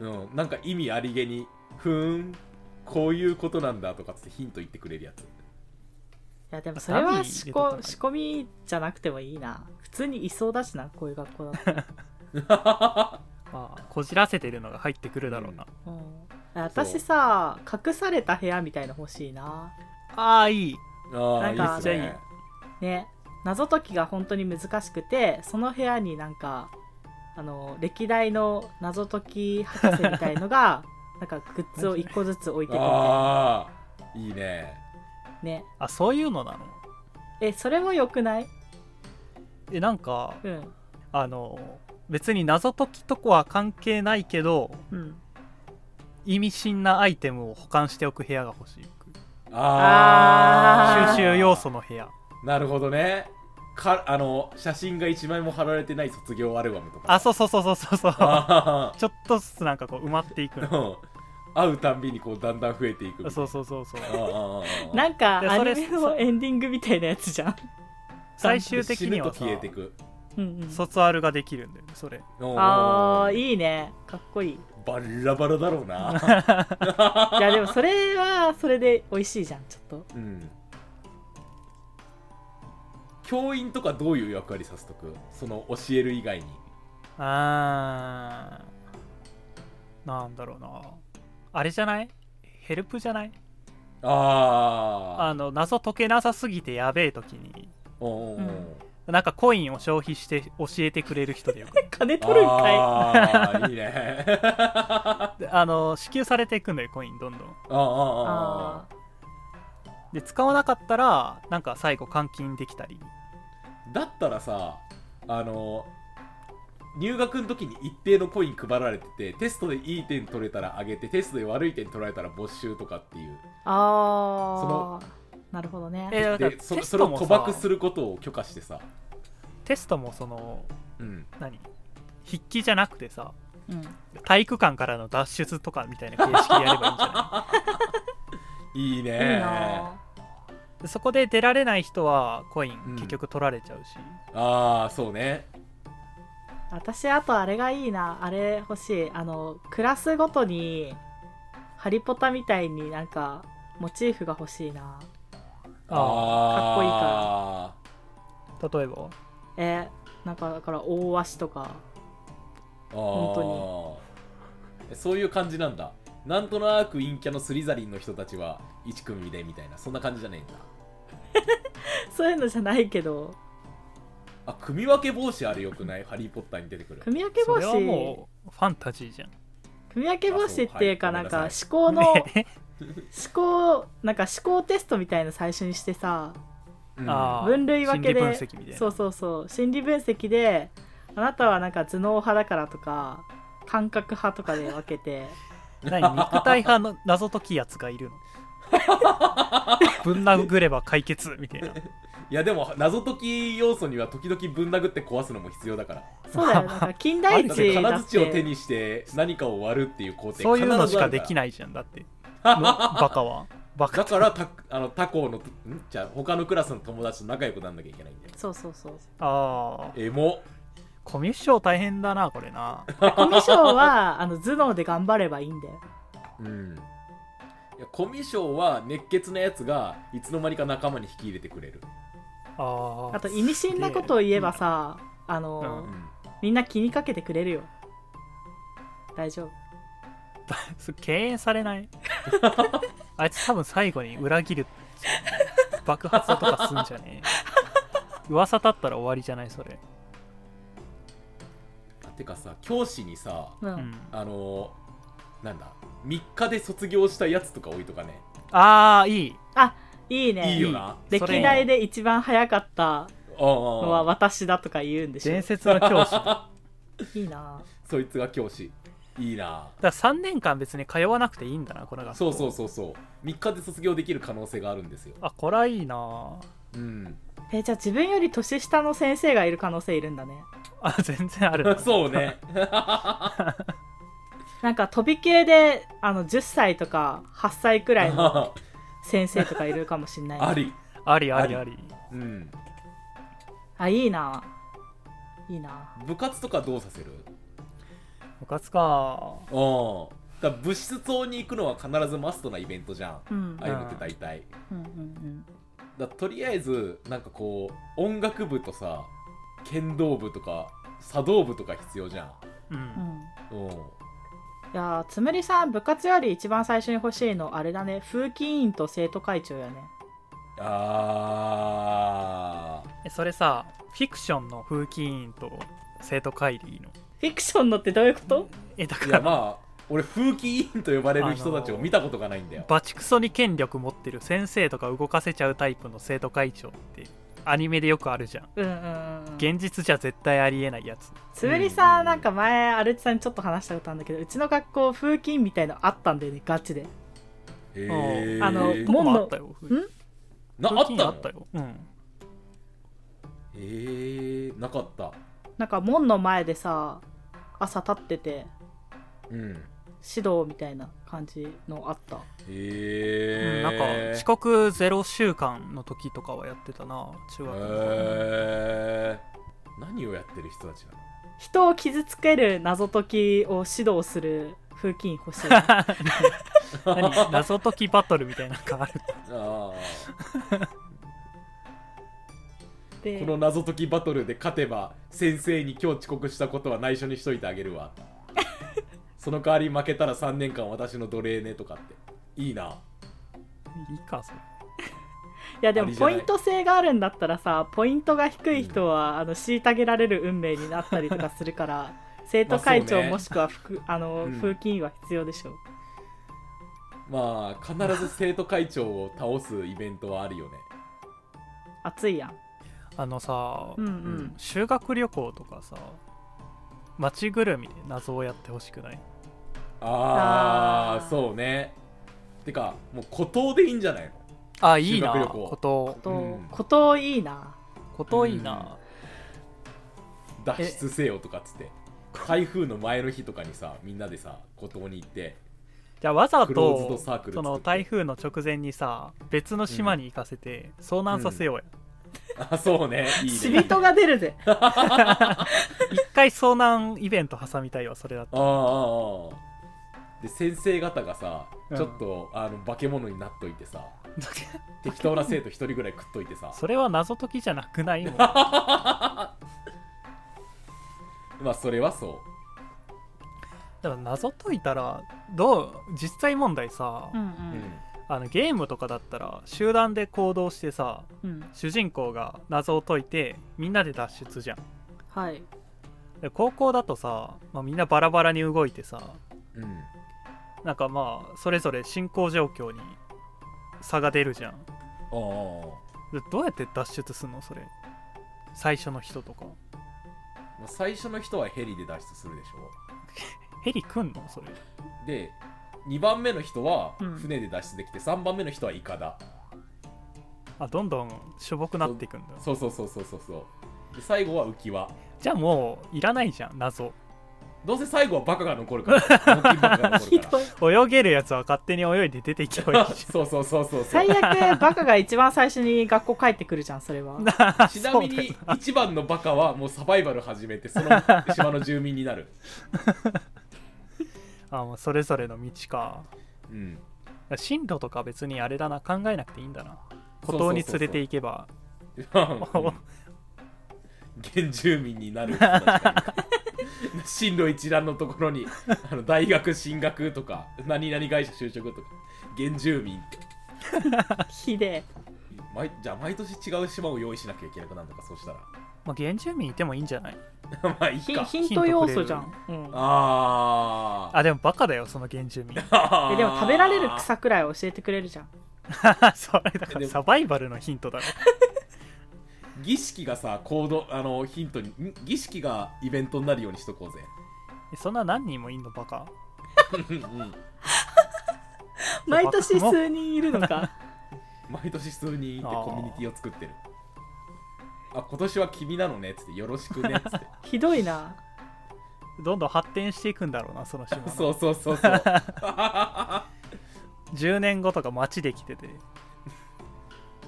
[SPEAKER 2] うんなんか意味ありげにふーんこういうことなんだとかっつってヒント言ってくれるやつ
[SPEAKER 3] どいやでもそれは
[SPEAKER 1] ダミー
[SPEAKER 3] 仕
[SPEAKER 1] 入れとかな
[SPEAKER 3] 込仕込みじゃなくてもいいな普通にいそうだしなこういう学校だったら、
[SPEAKER 1] まあこじらせてるのが入ってくるだろうな、
[SPEAKER 3] うん、私さ隠された部屋みたいの欲しいな
[SPEAKER 1] ああいい
[SPEAKER 2] ああ
[SPEAKER 3] ないん
[SPEAKER 2] い
[SPEAKER 3] か
[SPEAKER 2] っすね
[SPEAKER 3] ね謎解きが本当に難しくてその部屋になんかあの歴代の謎解き博士みたいのがなんかグッズを一個ずつ置いていくみた
[SPEAKER 2] ああいいね
[SPEAKER 3] いね
[SPEAKER 1] あそういうのなの
[SPEAKER 3] えそれもよくない
[SPEAKER 1] えなんか
[SPEAKER 3] うん
[SPEAKER 1] あの別に謎解きとこは関係ないけど
[SPEAKER 3] うん
[SPEAKER 1] 意味深なアイテムを保管しておく部屋が欲しい
[SPEAKER 2] あ
[SPEAKER 3] あ
[SPEAKER 2] あ
[SPEAKER 1] 収集要素の部屋
[SPEAKER 2] なるほどねかあの写真が一枚も貼られてない卒業アルバムとか
[SPEAKER 1] あそうそうそうそうそうそう
[SPEAKER 2] あ
[SPEAKER 1] ちょっとずつなんかこう埋まっていく の
[SPEAKER 2] ーうん会うたんびにこうだんだん増えていくみたいな
[SPEAKER 1] そうそうそうそう
[SPEAKER 2] あーあーあー
[SPEAKER 3] なんか
[SPEAKER 1] で
[SPEAKER 3] ア
[SPEAKER 1] それ
[SPEAKER 3] ニメのエンディングみたいなやつじゃん
[SPEAKER 1] 最終的には
[SPEAKER 2] 死
[SPEAKER 1] さ
[SPEAKER 2] ぬと消えていく
[SPEAKER 3] うんうん
[SPEAKER 1] 卒アルができるんだよねそれ
[SPEAKER 3] ああ
[SPEAKER 2] い
[SPEAKER 3] いいねかっこいい
[SPEAKER 2] バラバラだろうな、
[SPEAKER 3] いやでもそれはそれで美味しいじゃんちょっと
[SPEAKER 2] うん、教員とかどういう役割させとくその教える以外に
[SPEAKER 1] あーなんだろうなあれじゃないヘルプじゃない
[SPEAKER 2] あ
[SPEAKER 1] あの謎解けなさすぎてやべえ時に
[SPEAKER 2] あおー
[SPEAKER 3] うん
[SPEAKER 1] なんかコインを消費して教えてくれる人でよく
[SPEAKER 3] 金取るんか
[SPEAKER 2] あーいいねあ
[SPEAKER 1] であの支給されていくんだよコインどんどん
[SPEAKER 2] ーあ
[SPEAKER 3] あ
[SPEAKER 2] ー
[SPEAKER 1] で使わなかったらなんか最後換金できたり
[SPEAKER 2] だったらさあの入学の時に一定のコイン配られててテストでいい点取れたら上げてテストで悪い点取られたら没収とかっていう
[SPEAKER 3] いああなるほどね
[SPEAKER 1] えだから
[SPEAKER 2] で
[SPEAKER 1] テ
[SPEAKER 2] そ
[SPEAKER 1] ス
[SPEAKER 2] それ
[SPEAKER 1] ト
[SPEAKER 2] を
[SPEAKER 1] も
[SPEAKER 2] 賭
[SPEAKER 1] さ
[SPEAKER 2] 博することを許可してさ、
[SPEAKER 1] テストもその
[SPEAKER 2] うん、
[SPEAKER 1] 何筆記じゃなくてさ
[SPEAKER 3] うん
[SPEAKER 1] 体育館からの脱出とかみたいな形式でやればいいんじゃない
[SPEAKER 2] いいね
[SPEAKER 3] いいな
[SPEAKER 1] でそこで出られない人はコイン
[SPEAKER 2] うん
[SPEAKER 1] 結局取られちゃうし、
[SPEAKER 2] ああそうね
[SPEAKER 3] 私あとあれがいいなあれ欲しいあのクラスごとにハリポタみたいになんかモチーフが欲しいな
[SPEAKER 1] あ
[SPEAKER 3] かっこいいから
[SPEAKER 1] あ例えば
[SPEAKER 3] えなんかだから大鷲とか
[SPEAKER 2] あー
[SPEAKER 3] 本
[SPEAKER 2] えそういう感じなんだなんとなく陰キャのスリザリンの人たちは1組でみたいなそんな感じじゃねえんだ
[SPEAKER 3] そういうのじゃないけど
[SPEAKER 2] あ組分け帽子あれよくないハリー・ポッターに出てくる
[SPEAKER 3] 組み分け
[SPEAKER 1] そ
[SPEAKER 3] 帽
[SPEAKER 1] れは
[SPEAKER 3] 子
[SPEAKER 1] もうファンタジーじゃん
[SPEAKER 3] 組み分け帽子っていうか
[SPEAKER 2] あそう
[SPEAKER 3] な
[SPEAKER 2] はいごめん
[SPEAKER 3] んか
[SPEAKER 2] なさ
[SPEAKER 3] 思 考の 思
[SPEAKER 1] ね
[SPEAKER 3] 考なんか思考テストみたいなの最初にしてさ
[SPEAKER 2] うん
[SPEAKER 1] あー
[SPEAKER 3] 分類分けで
[SPEAKER 1] 心理分析みたいな
[SPEAKER 3] そうそうそう心理分析であなたはなんか頭脳派だからとか感覚派とかで分け て
[SPEAKER 1] 何肉体派の謎解きやつがいるのぶん殴れば解決みたいない
[SPEAKER 2] やでも謎解き要素には時々ぶん殴って壊すのも必要だ から
[SPEAKER 3] そうだよ なんか近代
[SPEAKER 2] だって
[SPEAKER 3] 一だ
[SPEAKER 2] 金
[SPEAKER 3] っ
[SPEAKER 2] 槌を手
[SPEAKER 3] て
[SPEAKER 2] にして何かを割るっていう工程
[SPEAKER 1] そういうのしかでき
[SPEAKER 2] い
[SPEAKER 1] ないじゃんだってのバカはバカ
[SPEAKER 2] だからたあの他校のんじゃあ他のクラスの友達と仲良くなんなきゃいけないんだよ
[SPEAKER 3] そうそうそう
[SPEAKER 1] ああ
[SPEAKER 2] エモ
[SPEAKER 1] コミュ障大変だなこれな
[SPEAKER 3] コミュ障は あの頭脳で頑張ればいいんだよ
[SPEAKER 2] うんいやコミュ障は熱血なやつがいつの間にか仲間に引き入れてくれる、
[SPEAKER 1] あ
[SPEAKER 3] あと意味深なことを言えばさあ
[SPEAKER 2] う
[SPEAKER 3] の、
[SPEAKER 2] ん、
[SPEAKER 3] みんな気にかけてくれるよ大丈夫
[SPEAKER 1] す敬遠されない あいつ多分最後に裏切る爆発とかすんじゃ ねえ噂立ったら終わりじゃないそれ、
[SPEAKER 2] あてかさ教師にさ
[SPEAKER 3] うん、
[SPEAKER 1] うん、
[SPEAKER 2] あのーなんだ3日で卒業したやつとか置いとかね
[SPEAKER 1] ああいい
[SPEAKER 3] いいね
[SPEAKER 2] いいよな
[SPEAKER 1] それ
[SPEAKER 3] 歴代で一番早かった
[SPEAKER 2] ああ
[SPEAKER 3] のは私だとか言うんでしょ
[SPEAKER 1] 伝説の教師だか
[SPEAKER 3] いいな
[SPEAKER 2] そいつが教師いいな
[SPEAKER 1] ら3年間別に通わなくていいんだなこの学
[SPEAKER 2] そ
[SPEAKER 1] 校
[SPEAKER 2] うそうそうそう3日で卒業できる可能性があるんですよ
[SPEAKER 1] あこれはいいな
[SPEAKER 2] うん
[SPEAKER 3] えじゃあ自分より年下の先生がいる可能性いるんだね
[SPEAKER 1] あ全然あるな
[SPEAKER 2] そうね
[SPEAKER 3] なんか飛び系であの10歳とか8歳く らいの
[SPEAKER 2] あ
[SPEAKER 3] 先生とかいるかもしん ない
[SPEAKER 2] り
[SPEAKER 1] ありありあり
[SPEAKER 2] うん
[SPEAKER 3] あいいないいな
[SPEAKER 2] 部活とかどうさせる
[SPEAKER 1] 部活か
[SPEAKER 2] うんだから物質棟に行くのは必ずマストなイベントじゃん
[SPEAKER 3] うん
[SPEAKER 2] ああいうのって大体
[SPEAKER 3] うんうん
[SPEAKER 2] だとりあえずなんかこう音楽部とさ剣道部とか茶道部とか必要じゃん
[SPEAKER 1] うん、
[SPEAKER 3] うんうん
[SPEAKER 2] うん
[SPEAKER 3] いやーつむりさん部活より一番最初に欲しいのあれだね風紀委員と生徒会長やね
[SPEAKER 2] あ
[SPEAKER 1] えそれさフィクションの風紀委員と生徒会でいいの
[SPEAKER 3] フィクションのってどういうこと
[SPEAKER 1] えだか
[SPEAKER 2] ーい
[SPEAKER 1] ら
[SPEAKER 2] やまあ俺風紀委員と呼ばれる人たちを見たことがないんだよ、
[SPEAKER 1] バチクソに権力持ってる先生とか動かせちゃうタイプの生徒会長ってアニメでよくあるじゃん
[SPEAKER 3] うんうんうん
[SPEAKER 1] 現実じゃ絶対ありえないやつ
[SPEAKER 3] つぶりさんなんか前アルチさんにちょっと話したことあるんだけどうちの学校風紀委員みたいのあったんだよねガチで
[SPEAKER 2] へー
[SPEAKER 3] あの
[SPEAKER 1] と
[SPEAKER 3] も
[SPEAKER 1] こ
[SPEAKER 3] う
[SPEAKER 1] もあったよ
[SPEAKER 2] なあ
[SPEAKER 1] 風紀委
[SPEAKER 2] った
[SPEAKER 1] 員
[SPEAKER 2] の
[SPEAKER 1] あったよ、うん、
[SPEAKER 2] へえなかった
[SPEAKER 3] なんか門の前でさ朝立ってて
[SPEAKER 2] うんへ
[SPEAKER 3] 指導みたいな感じのあった
[SPEAKER 1] うん
[SPEAKER 2] え
[SPEAKER 1] なんか遅刻ゼロ週間の時とかはやってたな中学の頃
[SPEAKER 2] へえ 何をやってる人たちなの
[SPEAKER 3] 人を傷つける謎解きを指導する風紀委員欲 しいな
[SPEAKER 1] 何謎解きバトルみたいなのがある
[SPEAKER 2] あー
[SPEAKER 3] で
[SPEAKER 2] この謎解きバトルで勝てば先生に今日遅刻したことは内緒にしといてあげる わその代わり負けたら3年間私の奴隷ねとかっていいない
[SPEAKER 1] いかそれ
[SPEAKER 3] いやで
[SPEAKER 2] あ
[SPEAKER 3] も
[SPEAKER 2] りじゃ
[SPEAKER 3] ポ
[SPEAKER 2] ない
[SPEAKER 3] イント制があるんだったらさポイントが低い人は、あの虐げられる運命になったりとかするから 生徒会
[SPEAKER 2] ま
[SPEAKER 3] 長
[SPEAKER 2] あそうね
[SPEAKER 3] もしく は副あの、
[SPEAKER 2] うん
[SPEAKER 3] 風紀委員は必要でしょう
[SPEAKER 2] まあ必ず生徒会長を倒すイベントはあるよね
[SPEAKER 3] 熱いやん
[SPEAKER 1] あのさ、
[SPEAKER 3] うんうん、
[SPEAKER 2] ん
[SPEAKER 1] 修学旅行とかさ街ぐるみで謎をやってほしくない
[SPEAKER 2] ああ
[SPEAKER 3] あー
[SPEAKER 2] そうねてかもう孤島でいいんじゃないの
[SPEAKER 1] あいいな
[SPEAKER 2] 修学旅行
[SPEAKER 1] こと
[SPEAKER 3] と、
[SPEAKER 2] うん
[SPEAKER 3] こといいな
[SPEAKER 1] こといいな、
[SPEAKER 2] 脱出せよとかっつって台風の前の日とかにさみんなでさ孤島に行って
[SPEAKER 1] じゃあわざ
[SPEAKER 2] クローズド
[SPEAKER 1] と
[SPEAKER 2] サークル
[SPEAKER 1] そ
[SPEAKER 2] 作っ
[SPEAKER 1] の
[SPEAKER 2] て
[SPEAKER 1] 台風の直前にさ別の島に行かせて遭難させようや、
[SPEAKER 2] あそうねいいね
[SPEAKER 3] 死人が出 るぜ
[SPEAKER 1] 一回遭難イベント挟みたいわそれだった
[SPEAKER 2] ああああで先生方がさ
[SPEAKER 1] うん
[SPEAKER 2] ちょっと、あの化け物になっといてさ適当な生徒一人ぐらい食っといてさ
[SPEAKER 1] それは謎解きじゃなくないもん
[SPEAKER 2] まあそれはそ
[SPEAKER 1] でも謎解いたらどう実際問題さ、
[SPEAKER 3] うんう
[SPEAKER 2] う、
[SPEAKER 3] ん
[SPEAKER 1] あのゲームとかだったら集団で行動してさ
[SPEAKER 3] うん
[SPEAKER 1] 主人公が謎を解いてみんなで脱出じゃん
[SPEAKER 3] はい
[SPEAKER 1] で高校だとさ、まあ、みんなバラバラに動いてさ
[SPEAKER 2] うん、うん、
[SPEAKER 1] なんかまあそれぞれ進行状況に差が出るじゃん
[SPEAKER 2] ああ
[SPEAKER 1] でどうやって脱出すんのそれ最初の人とか
[SPEAKER 2] まあ最初の人はヘリで脱出するでしょ
[SPEAKER 1] ヘリ来んのそれ
[SPEAKER 2] で2番目の人は
[SPEAKER 3] うん
[SPEAKER 2] 船で脱出できて、3番目の人はイカだ
[SPEAKER 1] あどんどんしょぼくなっていくんだ
[SPEAKER 2] そうそうそうそうそうそうで最後は浮き輪
[SPEAKER 1] じゃあもういらないじゃん謎
[SPEAKER 2] どうせ最後はバカが残るから大きいバカが残るから
[SPEAKER 1] 泳げるやつは勝手に泳いで出ていけばいいじ
[SPEAKER 2] そうそうそうそうそう
[SPEAKER 3] 最悪バカが一番最初に学校帰ってくるじゃんそ れは
[SPEAKER 1] ゃん
[SPEAKER 2] ちな
[SPEAKER 1] そ
[SPEAKER 2] み
[SPEAKER 1] うだよ
[SPEAKER 2] に1番のバカはもうサバイバル始 めてその島の住民になる、
[SPEAKER 1] あもうそれぞれの道か
[SPEAKER 2] うん、
[SPEAKER 1] 進路とか別にあれだな考えなくていいんだな孤島に連れて行けば
[SPEAKER 2] うん原住民になる確かに 進路一覧のところにあの大学進学とか何々会社就職とか原住民
[SPEAKER 3] ひでえ
[SPEAKER 2] 毎じゃあ毎年違う島を用意しなきゃいけなくなるのかそうしたら
[SPEAKER 1] まあ、原住民いてもいいんじゃない
[SPEAKER 2] まあいい
[SPEAKER 3] ヒン
[SPEAKER 2] か
[SPEAKER 3] ヒント要素じゃん、うん、
[SPEAKER 2] あー
[SPEAKER 1] あでもバカだよその原住民
[SPEAKER 2] あ
[SPEAKER 3] えでも食べられる草くらいは教えてくれるじ ゃん
[SPEAKER 1] それだからサバイバルのヒントだろ
[SPEAKER 2] 儀式がさ行動あのヒントにん儀式がイベントになるようにしとこうぜ
[SPEAKER 1] えそんな何人もいんのバカ
[SPEAKER 2] うんうん
[SPEAKER 3] 毎年数人いるのか
[SPEAKER 2] 毎年数人いて
[SPEAKER 1] あー
[SPEAKER 2] コミュニティを作ってるあ今年は君なのねっつってよろしくねっつって
[SPEAKER 3] ひどいな
[SPEAKER 1] どんどん発展していくんだろうなその島の
[SPEAKER 2] そうそうそうそう
[SPEAKER 1] 10年後とか街で来てて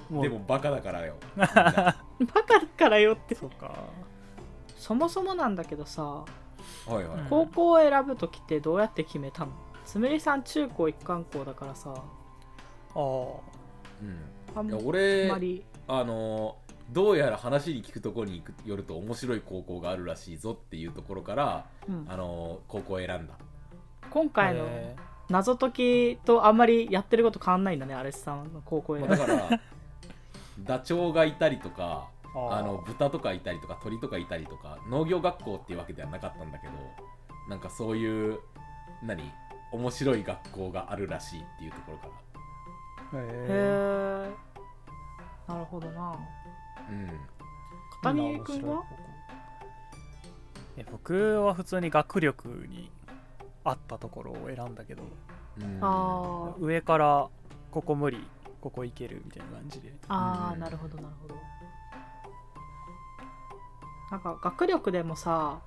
[SPEAKER 1] もう
[SPEAKER 2] で もバカだから よみんな
[SPEAKER 3] バカだからよって
[SPEAKER 1] そうか
[SPEAKER 3] そもそもなんだけどさ
[SPEAKER 2] はいはい、
[SPEAKER 1] うん
[SPEAKER 3] 高校を選ぶ時ってどうやって決めたのつむりさん中高一貫校だからさ
[SPEAKER 1] あ
[SPEAKER 2] う
[SPEAKER 3] あん
[SPEAKER 2] ん、いや
[SPEAKER 3] ま
[SPEAKER 2] 俺
[SPEAKER 3] り
[SPEAKER 2] あのーどうやら話に聞くところに行くよると面白い高校があるらしいぞっていうところから、
[SPEAKER 3] うん
[SPEAKER 2] あのー高校を選んだ
[SPEAKER 3] 今
[SPEAKER 1] あ
[SPEAKER 3] 回の謎解きとあんまりやってること変わんないんだねアレスさんの高校
[SPEAKER 2] ま
[SPEAKER 3] 選
[SPEAKER 2] あ
[SPEAKER 3] ぶ
[SPEAKER 2] だから ダチョウがいたりとか
[SPEAKER 1] あ
[SPEAKER 2] あの豚とかいたりとか鳥とかいたりとか農業学校っていうわけではなかったんだけどなんかそういう何面白い学校があるらしいっていうところか
[SPEAKER 3] へ
[SPEAKER 1] え
[SPEAKER 3] えなるほどな
[SPEAKER 2] なうん
[SPEAKER 3] 片見君は
[SPEAKER 1] 僕は普通に学力に合ったところを選んだけど
[SPEAKER 2] うん
[SPEAKER 3] あー
[SPEAKER 1] 上からここ無理ここいけるみたいな感じで
[SPEAKER 3] あー、
[SPEAKER 2] うん
[SPEAKER 3] なるほどなるほどなんか学力でもさ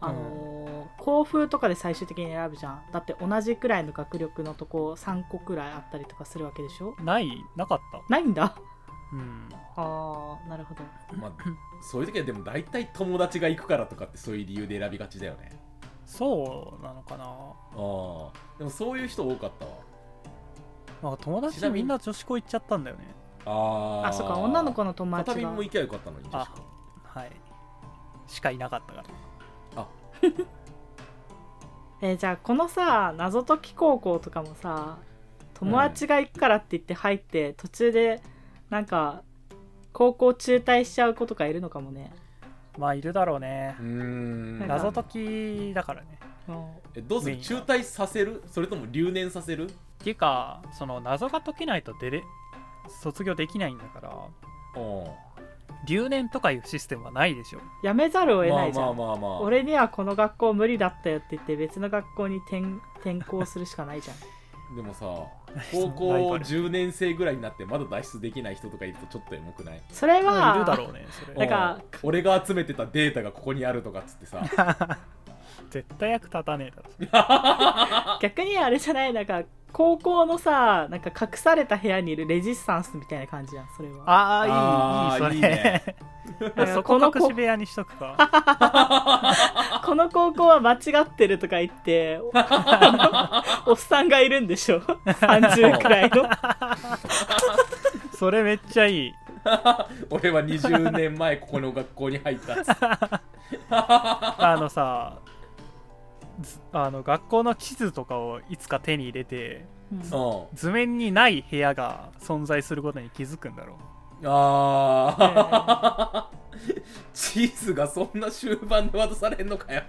[SPEAKER 3] あのー校風とかで最終的に選ぶじゃんだって同じくらいの学力のとこ3個くらいあったりとかするわけでしょ
[SPEAKER 1] ないなかった
[SPEAKER 3] ないんだ
[SPEAKER 1] うん
[SPEAKER 3] ああなるほど
[SPEAKER 2] まあ、そういう時はでも大体友達が行くからとかってそういう理由で選びがちだよね
[SPEAKER 1] そうなのかな
[SPEAKER 2] ああでもそういう人多かったわ
[SPEAKER 1] なんか友
[SPEAKER 2] ち
[SPEAKER 1] 達
[SPEAKER 2] なみに
[SPEAKER 1] みんな女子校行っちゃったんだよね
[SPEAKER 2] あー
[SPEAKER 3] あそっか女の子の友
[SPEAKER 2] 片
[SPEAKER 3] 達
[SPEAKER 2] 見
[SPEAKER 3] が
[SPEAKER 2] も行きゃよかったのに確か
[SPEAKER 1] はいしかいなかったから
[SPEAKER 3] えーじゃあこのさ謎解き高校とかもさ友達が行くからって言って入って、途中でなんか高校中退しちゃう子とかいるのかもね、
[SPEAKER 1] まあいるだろうね
[SPEAKER 2] うーん
[SPEAKER 3] なんか
[SPEAKER 1] 謎解きだからね
[SPEAKER 3] うん
[SPEAKER 2] えどうす
[SPEAKER 1] メ
[SPEAKER 2] る
[SPEAKER 1] イン
[SPEAKER 2] 中退させるそれとも留年させる
[SPEAKER 1] っていうかその謎が解けないと出れ卒業できないんだから
[SPEAKER 2] うん
[SPEAKER 1] 留年とかいうシステムはないでしょ
[SPEAKER 3] やめざるを得
[SPEAKER 2] ま
[SPEAKER 3] な
[SPEAKER 2] あ
[SPEAKER 3] いじゃん、
[SPEAKER 2] まあまあまあ
[SPEAKER 3] 俺にはこの学校無理だったよって言って別の学校に転 転校するしかないじゃん
[SPEAKER 2] でもさ
[SPEAKER 1] そ
[SPEAKER 2] 高
[SPEAKER 1] の
[SPEAKER 2] 校
[SPEAKER 1] ライバル
[SPEAKER 2] 10年生ぐらいになってまだ脱出できない人とかいるとちょっとエモくない
[SPEAKER 3] それは、
[SPEAKER 1] まあいるだろうねそ
[SPEAKER 3] な
[SPEAKER 1] れ
[SPEAKER 3] んか
[SPEAKER 2] うん俺が集めてたデータがここにあるとかっつってさ
[SPEAKER 1] 絶対役立たねえだろそれ
[SPEAKER 3] 逆にあれじゃないなんか高校のさなんか隠された部屋にいるレジスタンスみたいな感じじゃんそれは
[SPEAKER 1] ああ
[SPEAKER 2] あ
[SPEAKER 1] い
[SPEAKER 2] ー
[SPEAKER 1] いいい
[SPEAKER 2] いい
[SPEAKER 1] それ
[SPEAKER 2] ね
[SPEAKER 1] いや そこ
[SPEAKER 3] なんかこ
[SPEAKER 1] 隠
[SPEAKER 3] の子
[SPEAKER 1] し部屋にしとくか
[SPEAKER 3] この高校は間違ってるとか 言って、おあのおっ さんがいるんでしょ ?30 くらい の。
[SPEAKER 1] それめっちゃいい
[SPEAKER 2] 俺は20年前ここの学校に入ったっつって
[SPEAKER 1] あのさずあの学校の地図とかをいつか手に入れて
[SPEAKER 2] うん
[SPEAKER 1] 図面にない部屋が存在することに気づくんだろ
[SPEAKER 2] ああ、チーズがそんな終盤で渡されんのかよ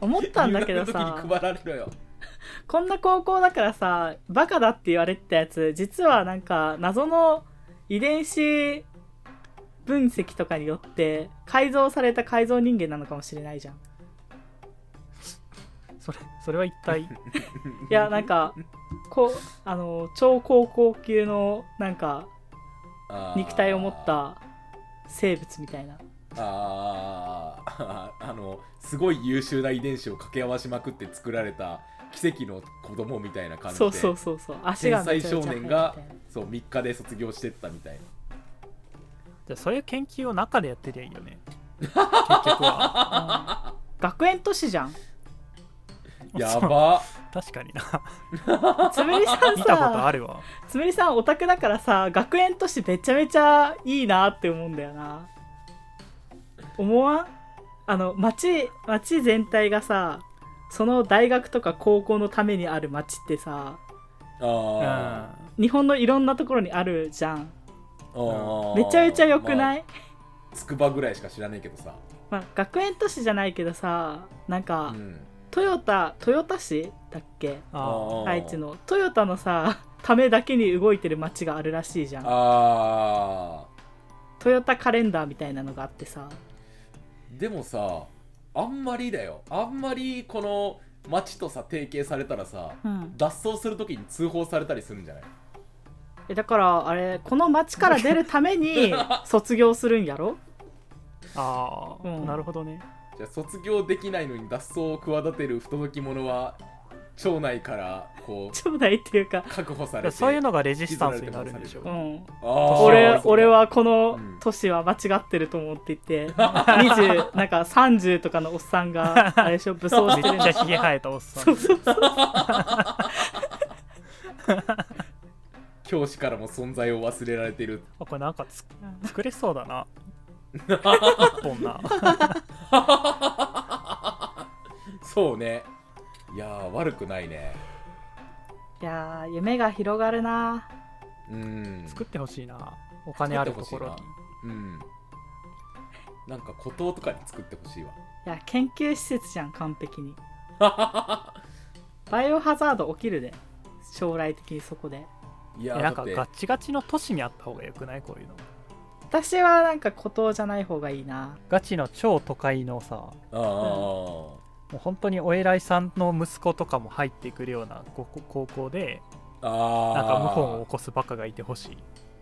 [SPEAKER 3] 思ったんだけど
[SPEAKER 2] 入学の時
[SPEAKER 3] さ
[SPEAKER 2] に、配られろよ
[SPEAKER 3] こんな高校だからさ、バカだって言われてたやつ、実はなんか謎の遺伝子分析とかによって改造された改造人間なのかもしれないじゃん。
[SPEAKER 1] うそれそれは一体
[SPEAKER 3] いや、なんか、こう、あの、超高校級のなんか
[SPEAKER 2] あー
[SPEAKER 3] 肉体を持った生物みたいな。
[SPEAKER 2] あーあのすごい優秀な遺伝子を掛け合わしまくって作られた奇跡の子供みたいな感じで
[SPEAKER 3] そうそうそうそう。足がめちゃめちゃ速
[SPEAKER 2] 天才
[SPEAKER 3] いみたいな
[SPEAKER 2] 少年がそう3日で卒業してったみ たいな
[SPEAKER 1] じゃあそういう研究を中でやってりゃいいよね結局は
[SPEAKER 3] うん学園都市じゃん。
[SPEAKER 2] やば
[SPEAKER 1] 確かにな
[SPEAKER 3] つむりさ ん
[SPEAKER 1] 見たことあ
[SPEAKER 3] さ、
[SPEAKER 1] るわ
[SPEAKER 3] つむりさんオタクだからさ、学園都市めちゃめちゃいいなって思うんだよな。思わんあの、街、街全体がさ、その大学とか高校のためにある街ってさ、
[SPEAKER 1] うん
[SPEAKER 2] あ
[SPEAKER 3] 日本のいろんなところにあるじゃん。
[SPEAKER 2] ーあ
[SPEAKER 3] めちゃめちゃ良くないい、
[SPEAKER 2] つくばぐらいしか知らねえけどさ、
[SPEAKER 3] まあ、学園都市じゃないけどさ、なん
[SPEAKER 2] う
[SPEAKER 3] か、
[SPEAKER 2] ん、
[SPEAKER 3] トヨタ、豊田市だっけ
[SPEAKER 1] あ
[SPEAKER 2] ー
[SPEAKER 3] 愛知の。トヨタのさ、ためだけに動いてる街があるらしいじゃん。
[SPEAKER 2] ああ
[SPEAKER 3] トヨタカレンダーみたいなのがあってさ
[SPEAKER 2] でもさあんまりだよあんまりこの町とさ提携されたらさ
[SPEAKER 3] うん、
[SPEAKER 2] 脱走するときに通報されたりするんじゃない
[SPEAKER 3] えだからあれこの町から出るた めに卒業するんやろ
[SPEAKER 1] あー、
[SPEAKER 3] うん
[SPEAKER 1] なるほどね
[SPEAKER 2] じゃあ卒業できないのに脱走を企てる不届き者は町内からこう
[SPEAKER 3] 町内っていうか、
[SPEAKER 2] 確保さ
[SPEAKER 1] だ
[SPEAKER 2] れ
[SPEAKER 1] から
[SPEAKER 2] て
[SPEAKER 1] そういうのがレジスタンスになるんでしょ
[SPEAKER 3] う
[SPEAKER 2] 引
[SPEAKER 3] ん、
[SPEAKER 2] あー
[SPEAKER 3] 俺
[SPEAKER 2] そう
[SPEAKER 3] 俺はこの
[SPEAKER 2] うん
[SPEAKER 3] 都市は間違ってると思っていて20なんか30とかのおっさん があれでしょ武装
[SPEAKER 1] め
[SPEAKER 3] してるん
[SPEAKER 1] っちゃ
[SPEAKER 3] だ
[SPEAKER 1] ひげ生えたおっさん
[SPEAKER 2] 教師からも存在を忘れられてる
[SPEAKER 1] あこれなんかつ作れそうだな一本な
[SPEAKER 2] そうねいやー悪くないね
[SPEAKER 3] いやー夢が広がるな
[SPEAKER 2] うん
[SPEAKER 1] 作ってほしいなお金あるところに
[SPEAKER 2] 作ってうんなんか孤島とかに作ってほしいわ
[SPEAKER 3] いや研究施設じゃん完璧にバイオハザード起きるで将来的にそこで
[SPEAKER 2] いや
[SPEAKER 1] えなんか
[SPEAKER 2] だって
[SPEAKER 1] ガッチガチの都市にあった方がよくないこういうの
[SPEAKER 3] 私はなんか孤島じゃない方がいいな
[SPEAKER 1] ガチの超都会のさも
[SPEAKER 2] あああ
[SPEAKER 1] う本当にお偉いさんの息子とかも入ってくるようなご高校で
[SPEAKER 2] あああ
[SPEAKER 1] なんか謀反を起こすバカがいてほしい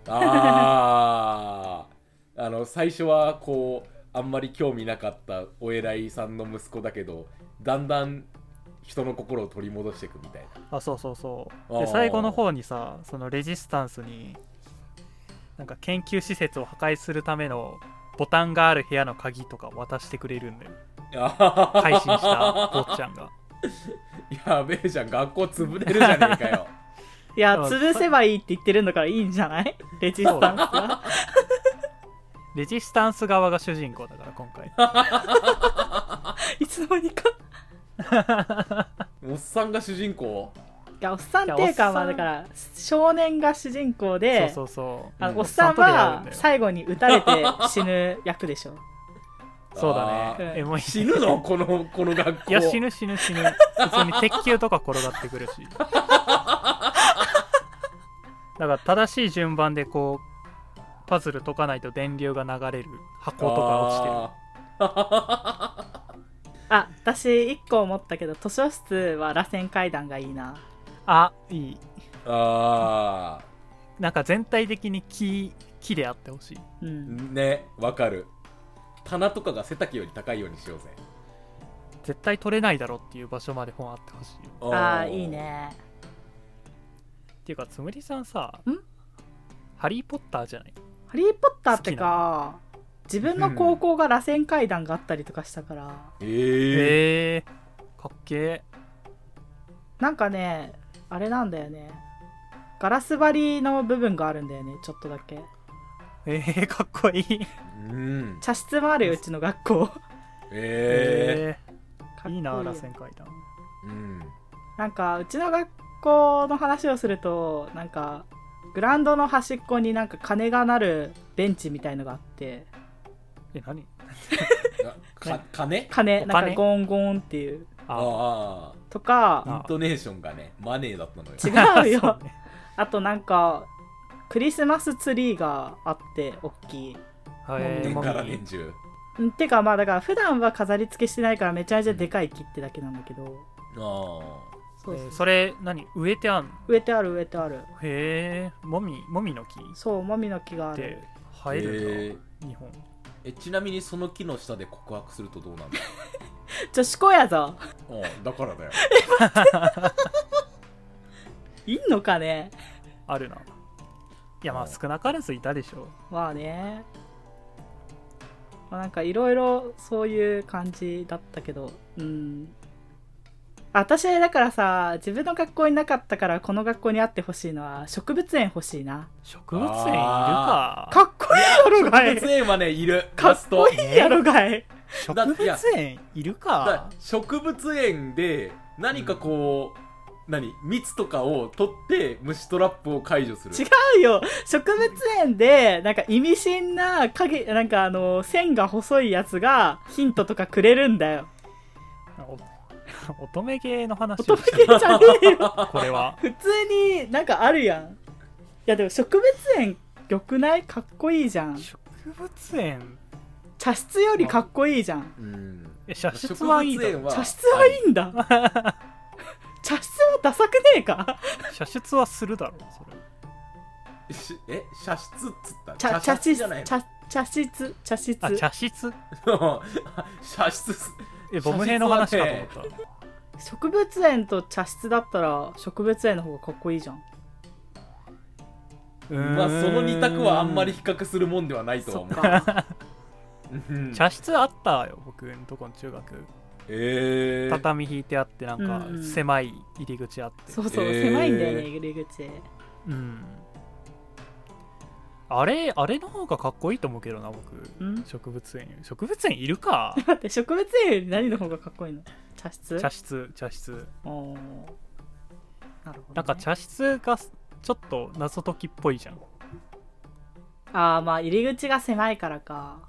[SPEAKER 2] あああの最初はこうあんまり興味なかったお偉いさんの息子だけどだんだん人の心を取り戻していくみたいな
[SPEAKER 1] あそうそうそう
[SPEAKER 2] あ
[SPEAKER 1] で
[SPEAKER 2] ー
[SPEAKER 1] 最後の方にさそのレジスタンスになんか研究施設を破壊するためのボタンがある部屋の鍵とか渡してくれるんだよ
[SPEAKER 2] 配
[SPEAKER 1] 改心 した坊っちゃんが
[SPEAKER 2] やべえじゃん学校潰れるじゃねえかよ
[SPEAKER 3] いや
[SPEAKER 1] あ
[SPEAKER 3] 潰せばいいって言ってるんだからいいんじゃないレジスタンスは
[SPEAKER 1] レジスタンス側が主人公だから今回
[SPEAKER 3] いつの間にか
[SPEAKER 2] おっさんが主人公
[SPEAKER 3] いやおっさんっていう
[SPEAKER 1] いやおっ
[SPEAKER 3] か
[SPEAKER 1] さん
[SPEAKER 3] まあだから少年が主人公で
[SPEAKER 1] そうそうそう
[SPEAKER 3] あの
[SPEAKER 2] うん
[SPEAKER 3] おっさん
[SPEAKER 1] おっさんと出会うん
[SPEAKER 3] は
[SPEAKER 1] だよ
[SPEAKER 3] 最後に撃たれて死ぬ役でしょ
[SPEAKER 1] そう
[SPEAKER 2] あ
[SPEAKER 1] だね
[SPEAKER 3] ー
[SPEAKER 1] エモい
[SPEAKER 2] 死ぬのこのこの学校
[SPEAKER 1] いや死ぬ死ぬ死ぬ普通に鉄球とか転がってくるしだから正しい順番でこうパズル解かないと電流が流れる箱とか落ちてる
[SPEAKER 3] あ私1個思ったけど図書室は螺旋階段がいいな
[SPEAKER 1] あいい
[SPEAKER 2] あーあ
[SPEAKER 1] なんか全体的に木木であってほしい
[SPEAKER 3] うん
[SPEAKER 2] ーねわかる棚とかが背丈より高いようにしようぜ
[SPEAKER 1] 絶対取れないだろうっていう場所まで本あってほしいっ
[SPEAKER 3] ああ
[SPEAKER 2] ー
[SPEAKER 3] いいね
[SPEAKER 1] ていうかつむりさんさ
[SPEAKER 3] ん
[SPEAKER 1] ハリー・ポッターじゃない
[SPEAKER 3] 「ハリー・ポッター」ってか自分の高校が螺旋階段があったりとかしたから、
[SPEAKER 2] ええ
[SPEAKER 1] へえー、かっけえ
[SPEAKER 3] なんかねあれなんだよねガラス張りの部分があるんだよねちょっとだけ
[SPEAKER 1] えー、かっこいい
[SPEAKER 2] うん
[SPEAKER 3] 茶室もあるようちの学校か
[SPEAKER 2] ええ
[SPEAKER 3] っ
[SPEAKER 1] ー
[SPEAKER 3] こ
[SPEAKER 1] いいな螺
[SPEAKER 3] よ
[SPEAKER 1] 旋階段
[SPEAKER 2] うん
[SPEAKER 3] なんかうちの学校の話をするとなんかグラウンドの端っこになんか鐘が鳴るベンチみたいのがあって
[SPEAKER 1] え何
[SPEAKER 2] か金
[SPEAKER 1] お鐘
[SPEAKER 3] 鐘なんかゴンゴンっていう
[SPEAKER 1] あ
[SPEAKER 2] あ
[SPEAKER 3] と
[SPEAKER 2] あイ
[SPEAKER 1] あ
[SPEAKER 3] か
[SPEAKER 2] ントネーションがねマネーだったのよ
[SPEAKER 3] 違
[SPEAKER 1] あ
[SPEAKER 3] う
[SPEAKER 1] そ
[SPEAKER 3] よ
[SPEAKER 1] うね
[SPEAKER 3] あとなんかクリスマスツリーがあって大きい
[SPEAKER 1] はい
[SPEAKER 2] 年
[SPEAKER 1] も
[SPEAKER 2] から
[SPEAKER 1] み
[SPEAKER 2] 年中
[SPEAKER 3] んてかまあだから普段は飾り付けしてないからめちゃめちゃでかい木ってだけなんだけど、
[SPEAKER 1] え
[SPEAKER 2] あ
[SPEAKER 3] そうそう
[SPEAKER 1] ーそれ何植えてあんの
[SPEAKER 3] 植えてある植えてある
[SPEAKER 1] へえもみもみの木っ
[SPEAKER 3] そうもみの木があ
[SPEAKER 1] て
[SPEAKER 3] る
[SPEAKER 2] あ
[SPEAKER 1] 生え
[SPEAKER 2] え
[SPEAKER 1] る
[SPEAKER 2] ー
[SPEAKER 1] んだ、日本
[SPEAKER 2] えちなみにその木の下で告白するとどうなんだ
[SPEAKER 3] 女子校やぞ
[SPEAKER 2] うんだからだよ
[SPEAKER 3] いんのかね
[SPEAKER 1] あるないやまあ少なからずいたでしょ
[SPEAKER 3] まあね、まあ、なんかいろいろそういう感じだったけどうん私だからさ自分の学校になかったからこの学校にあってほしいのは植物園欲しいな
[SPEAKER 1] 植物園いるか
[SPEAKER 3] かっこいいやろが
[SPEAKER 2] 植
[SPEAKER 3] い
[SPEAKER 2] 物園はねいる
[SPEAKER 3] かっこ
[SPEAKER 2] ラス
[SPEAKER 3] いいやろがい
[SPEAKER 1] 植
[SPEAKER 2] だっていや
[SPEAKER 1] 物園いる
[SPEAKER 2] トだから
[SPEAKER 1] か
[SPEAKER 2] 植物園で何かこう、何蜜とかを取って虫トラップを解除する
[SPEAKER 3] 違うよ植物園でなんか意味深な影なんかあの線が細いやつがヒントとかくれるんだよ
[SPEAKER 1] お 乙女系の話
[SPEAKER 3] 乙
[SPEAKER 1] を
[SPEAKER 3] 女
[SPEAKER 1] してる
[SPEAKER 3] 系じゃねえよ
[SPEAKER 1] これは
[SPEAKER 3] 普通になんかあるやんいやでも植物園良くないかっこいいじゃん
[SPEAKER 1] 植物園
[SPEAKER 3] 茶室よりかっこいいじゃん
[SPEAKER 2] うん
[SPEAKER 1] え射出はいいだ
[SPEAKER 2] 植
[SPEAKER 1] ろ
[SPEAKER 2] 物園
[SPEAKER 3] 茶室はいいんだ茶室はダサくねえか
[SPEAKER 1] 射出はするだろそれ
[SPEAKER 2] しえ茶室っつった
[SPEAKER 3] 茶茶
[SPEAKER 2] 室
[SPEAKER 3] 室
[SPEAKER 2] じゃない
[SPEAKER 3] 茶茶室茶室
[SPEAKER 1] あ茶室
[SPEAKER 2] の 茶室っす
[SPEAKER 1] えボム兵の話かと思った
[SPEAKER 3] 植物園と茶室だったら植物園の方がかっこいいじゃん
[SPEAKER 2] まあその二択はあんまり比較するもんではないとは
[SPEAKER 3] そっ
[SPEAKER 2] 思う
[SPEAKER 3] か
[SPEAKER 2] うん
[SPEAKER 1] 茶室あったよ僕んとこの中学
[SPEAKER 2] えー、
[SPEAKER 1] 畳引いてあってなんか
[SPEAKER 3] うん
[SPEAKER 1] 狭い入り口あって
[SPEAKER 3] そうそう、
[SPEAKER 2] えー
[SPEAKER 3] 狭いんだよね入り口
[SPEAKER 1] うんあれあれの方がかっこいいと思うけどな僕
[SPEAKER 3] ん
[SPEAKER 1] 植物園植物園いる か
[SPEAKER 3] 待って植物園より何の方がかっこいいの茶室
[SPEAKER 1] 茶室茶室
[SPEAKER 3] おーなるほどね、
[SPEAKER 1] なんか茶室がちょっと謎解きっぽいじゃん
[SPEAKER 3] ああまあ入り口が狭いからか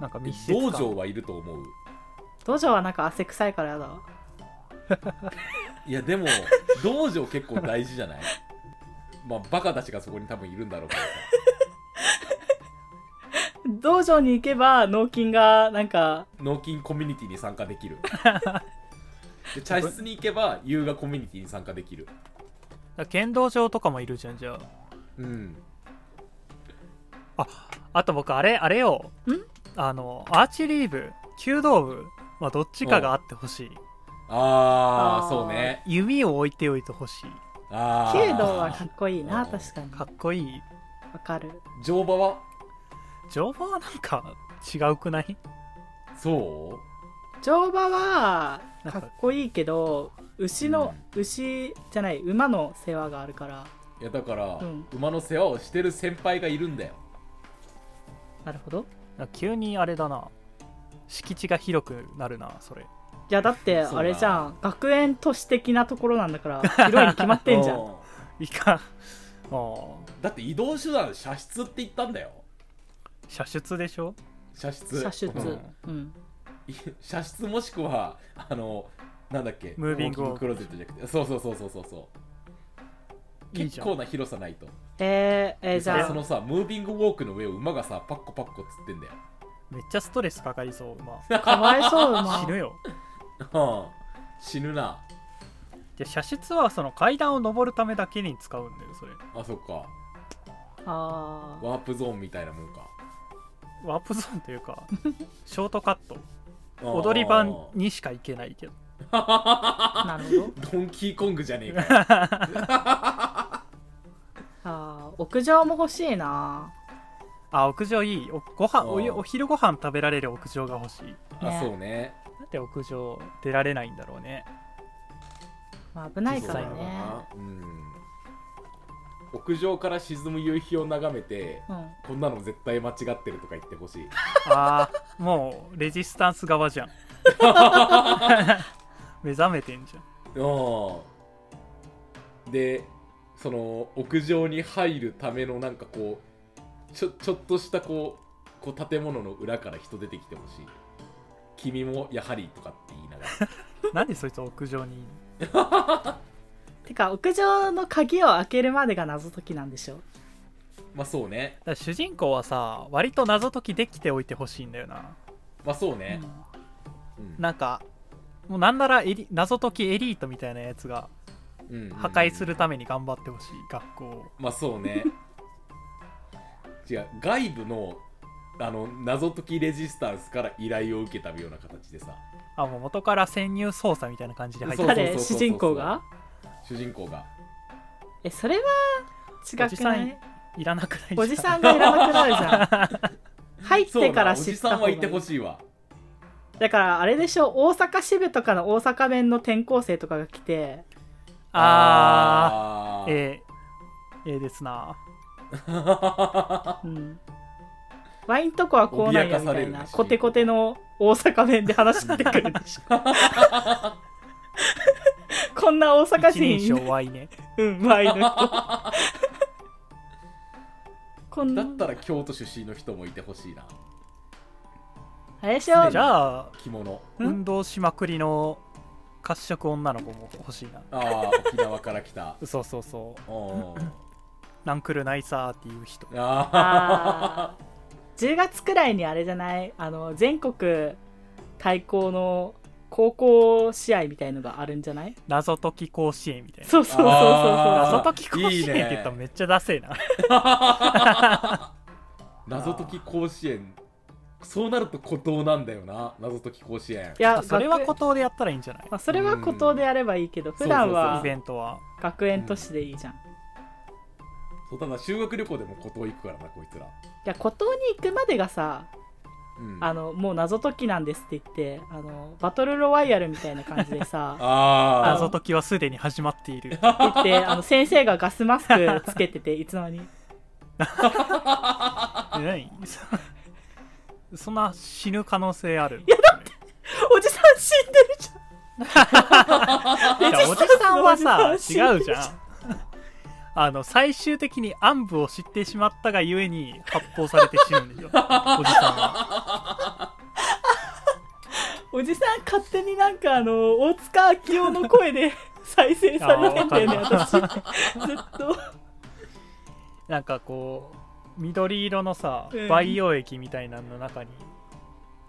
[SPEAKER 1] なんか密室
[SPEAKER 2] 道
[SPEAKER 1] 感
[SPEAKER 2] 場はいると思う
[SPEAKER 3] 道場はなんか汗臭いからやだわ
[SPEAKER 2] いやでも道場結構大事じゃない まあバカたちがそこに多分いるんだろうけどさ
[SPEAKER 3] 道場に行けば納金がなんか
[SPEAKER 2] 納金コミュニティに参加できるで茶室に行けば優雅コミュニティに参加できる
[SPEAKER 1] ら剣道場とかもいるじゃんじゃあ
[SPEAKER 2] うん
[SPEAKER 1] あと僕あれあれよ
[SPEAKER 3] ん
[SPEAKER 1] あのアーチェリー部弓道部はどっちかがあってほしい
[SPEAKER 2] あ
[SPEAKER 3] あー
[SPEAKER 2] あそうね
[SPEAKER 1] 弓を置いておいてほしい
[SPEAKER 2] あー
[SPEAKER 3] 弓道はかっこいいな
[SPEAKER 2] あー
[SPEAKER 3] 確かに
[SPEAKER 1] かっこいい
[SPEAKER 3] わかる
[SPEAKER 2] 乗馬は
[SPEAKER 1] 乗馬はなんか違うくない
[SPEAKER 2] そ
[SPEAKER 3] 乗馬は
[SPEAKER 1] なん
[SPEAKER 3] か
[SPEAKER 1] か
[SPEAKER 3] っこいいけど牛の、牛じゃない馬の世話があるから
[SPEAKER 2] ういやだから、
[SPEAKER 3] うん
[SPEAKER 2] 馬の世話をしてる先輩がいるんだよ
[SPEAKER 3] なるほど
[SPEAKER 1] なんか急にあれだな敷地が広くなるなそれ
[SPEAKER 3] いやだって
[SPEAKER 2] そうだ
[SPEAKER 3] あれじゃん学園都市的なところなんだから広いに決まって んじゃん
[SPEAKER 2] う
[SPEAKER 1] いかんあ
[SPEAKER 2] だって移動手段射出って言ったんだよ
[SPEAKER 1] 射出でしょ
[SPEAKER 2] 射出
[SPEAKER 3] 射出、
[SPEAKER 2] うん
[SPEAKER 3] うん、
[SPEAKER 2] い射出もしくはあのなんだっけ
[SPEAKER 1] ムービング
[SPEAKER 2] ウォクローゼットじゃなくてそうそうそうそうそうそう
[SPEAKER 1] いいじ
[SPEAKER 2] 結
[SPEAKER 1] ゃん
[SPEAKER 2] 構な広さないと
[SPEAKER 3] えー、えー
[SPEAKER 2] で
[SPEAKER 3] じ
[SPEAKER 2] さ
[SPEAKER 3] ゃ
[SPEAKER 2] その
[SPEAKER 3] あ
[SPEAKER 2] さムービングウォークの上を馬がさパッコパッコつってんだよ
[SPEAKER 1] めっちゃストレスかかりそう馬
[SPEAKER 3] かわいそう
[SPEAKER 1] 死
[SPEAKER 3] 馬
[SPEAKER 1] ぬよ
[SPEAKER 2] うん死ぬな
[SPEAKER 1] で射出はその階段を登るためだけに使うんだよそれ
[SPEAKER 2] あそっか
[SPEAKER 3] あー
[SPEAKER 2] ワープゾーンみたいなもん か
[SPEAKER 1] ワープゾーンという かショートカット
[SPEAKER 2] うん
[SPEAKER 1] 踊り場にしか行けないけど
[SPEAKER 3] なるほど
[SPEAKER 2] ドンキーコングじゃねえ かよ
[SPEAKER 3] あー屋上も欲しいな
[SPEAKER 1] あ屋上いいおご飯お
[SPEAKER 2] あー
[SPEAKER 1] お昼ご飯食べられる屋上が欲しい
[SPEAKER 2] あそうね
[SPEAKER 1] なんで屋上出られないんだろう ね
[SPEAKER 3] まあ危ないから
[SPEAKER 2] そうだ
[SPEAKER 3] ね
[SPEAKER 2] なうん屋上から沈む夕日を眺めて
[SPEAKER 3] うん
[SPEAKER 2] こんなの絶対間違ってるとか言ってほしい
[SPEAKER 1] ああもうレジスタンス側 じゃん目覚めてんじゃん
[SPEAKER 2] うんでその屋上に入るためのなんかこうちょちょっとしたこうこう建物の裏から人出てきてほしい君もやはりとかって言いながら
[SPEAKER 1] なんでそいつ屋上にいんの
[SPEAKER 3] てか屋上の鍵を開けるまでが謎解きなんでしょ
[SPEAKER 2] まあそうね
[SPEAKER 1] だから主人公はさ割と謎解きできておいてほしいんだよな
[SPEAKER 2] まあそうね、うん
[SPEAKER 1] なんかもうなんならエリ謎解きエリートみたいなやつが
[SPEAKER 2] うんうんうん
[SPEAKER 1] 破壊するために頑張ってほしい学校を
[SPEAKER 2] まあそうね違う外部のあの謎解きレジスタンスから依頼を受けたような形でさ
[SPEAKER 1] あもう元から潜入捜査みたいな感じで入って
[SPEAKER 2] そう
[SPEAKER 1] る
[SPEAKER 3] 誰主人公が
[SPEAKER 2] 主人公が
[SPEAKER 3] えそれは
[SPEAKER 1] お
[SPEAKER 3] 違
[SPEAKER 1] じ
[SPEAKER 3] く
[SPEAKER 1] さ
[SPEAKER 3] なんい
[SPEAKER 1] いらなくない
[SPEAKER 3] おじ
[SPEAKER 1] ん
[SPEAKER 3] さんがいらなくなるじゃ ん入っ
[SPEAKER 2] そう
[SPEAKER 3] て
[SPEAKER 2] な
[SPEAKER 3] から
[SPEAKER 2] お
[SPEAKER 3] 知
[SPEAKER 2] じ
[SPEAKER 3] っ
[SPEAKER 2] さ
[SPEAKER 3] た
[SPEAKER 2] ん
[SPEAKER 3] 方が
[SPEAKER 2] はい
[SPEAKER 3] い
[SPEAKER 2] いてほしいわ
[SPEAKER 3] だからあれでしょ大阪支部とかの大阪弁の転校生とかが来て
[SPEAKER 1] あ
[SPEAKER 2] あ
[SPEAKER 1] ーええええですな
[SPEAKER 3] うんワインとこはこうなんやみた
[SPEAKER 2] 脅かされ
[SPEAKER 3] い
[SPEAKER 2] るね
[SPEAKER 3] なコテコテの大阪弁で話してくるでし ょこんな大阪
[SPEAKER 1] 一人
[SPEAKER 3] 人
[SPEAKER 1] 称 Y ね
[SPEAKER 3] うんワインの人こん
[SPEAKER 2] だ
[SPEAKER 3] な
[SPEAKER 2] ったら京都出身の人もいてほしいな
[SPEAKER 3] あれでしょ
[SPEAKER 1] じゃあ
[SPEAKER 2] 着物
[SPEAKER 3] ん
[SPEAKER 1] 運動しまくりの褐色女の子も欲しいな
[SPEAKER 2] ああ沖縄から来た
[SPEAKER 1] そうそうそう
[SPEAKER 2] おー
[SPEAKER 1] ナンクルナイサーっていう人
[SPEAKER 2] あ
[SPEAKER 3] あー10月くらいにあれじゃないあの全国対抗の高校試合みたいのがあるんじゃない
[SPEAKER 1] 謎解き甲子園みたいな
[SPEAKER 3] そうそうそうそう
[SPEAKER 2] あー
[SPEAKER 1] 謎解き甲子園って言ったらめっちゃダセえな
[SPEAKER 2] ー謎解き甲子園そうなると孤島なんだよな謎解き甲子園
[SPEAKER 3] いや
[SPEAKER 1] あそれは
[SPEAKER 3] 学
[SPEAKER 1] 孤島でやったらいいんじゃない
[SPEAKER 3] まあ、それは孤島でやればいいけど普段
[SPEAKER 2] あ
[SPEAKER 1] イ
[SPEAKER 3] は
[SPEAKER 1] ベントは
[SPEAKER 3] 学園都市でいいじゃんい
[SPEAKER 2] そうただ修学旅行でも孤島行くからなこいつら、
[SPEAKER 3] や孤島に行くまでがさ
[SPEAKER 2] うん、
[SPEAKER 3] あのもう謎解きなんですって言ってあのバトルロワイヤルみたいな感じでさ
[SPEAKER 2] あ
[SPEAKER 1] 謎解きはすでに始まってい る
[SPEAKER 3] 言ってあの先生がガスマスクつけてていつの間に
[SPEAKER 1] え何 そそんな死ぬ可能性ある
[SPEAKER 3] おじさん死んでる
[SPEAKER 1] い
[SPEAKER 3] じ
[SPEAKER 1] やおじさんはさ
[SPEAKER 3] おじさん
[SPEAKER 1] 違うじゃん あの最終的に暗部を知ってしまったがゆえに発砲されて死ぬん ですよおじさんは
[SPEAKER 3] ゃんおじさん勝手になんかあの大塚明夫の声で 再生されてんだよね
[SPEAKER 1] あー
[SPEAKER 3] 私ずっと
[SPEAKER 1] なんかこう緑色のさ
[SPEAKER 3] うん
[SPEAKER 1] 培養液みたいなのの中に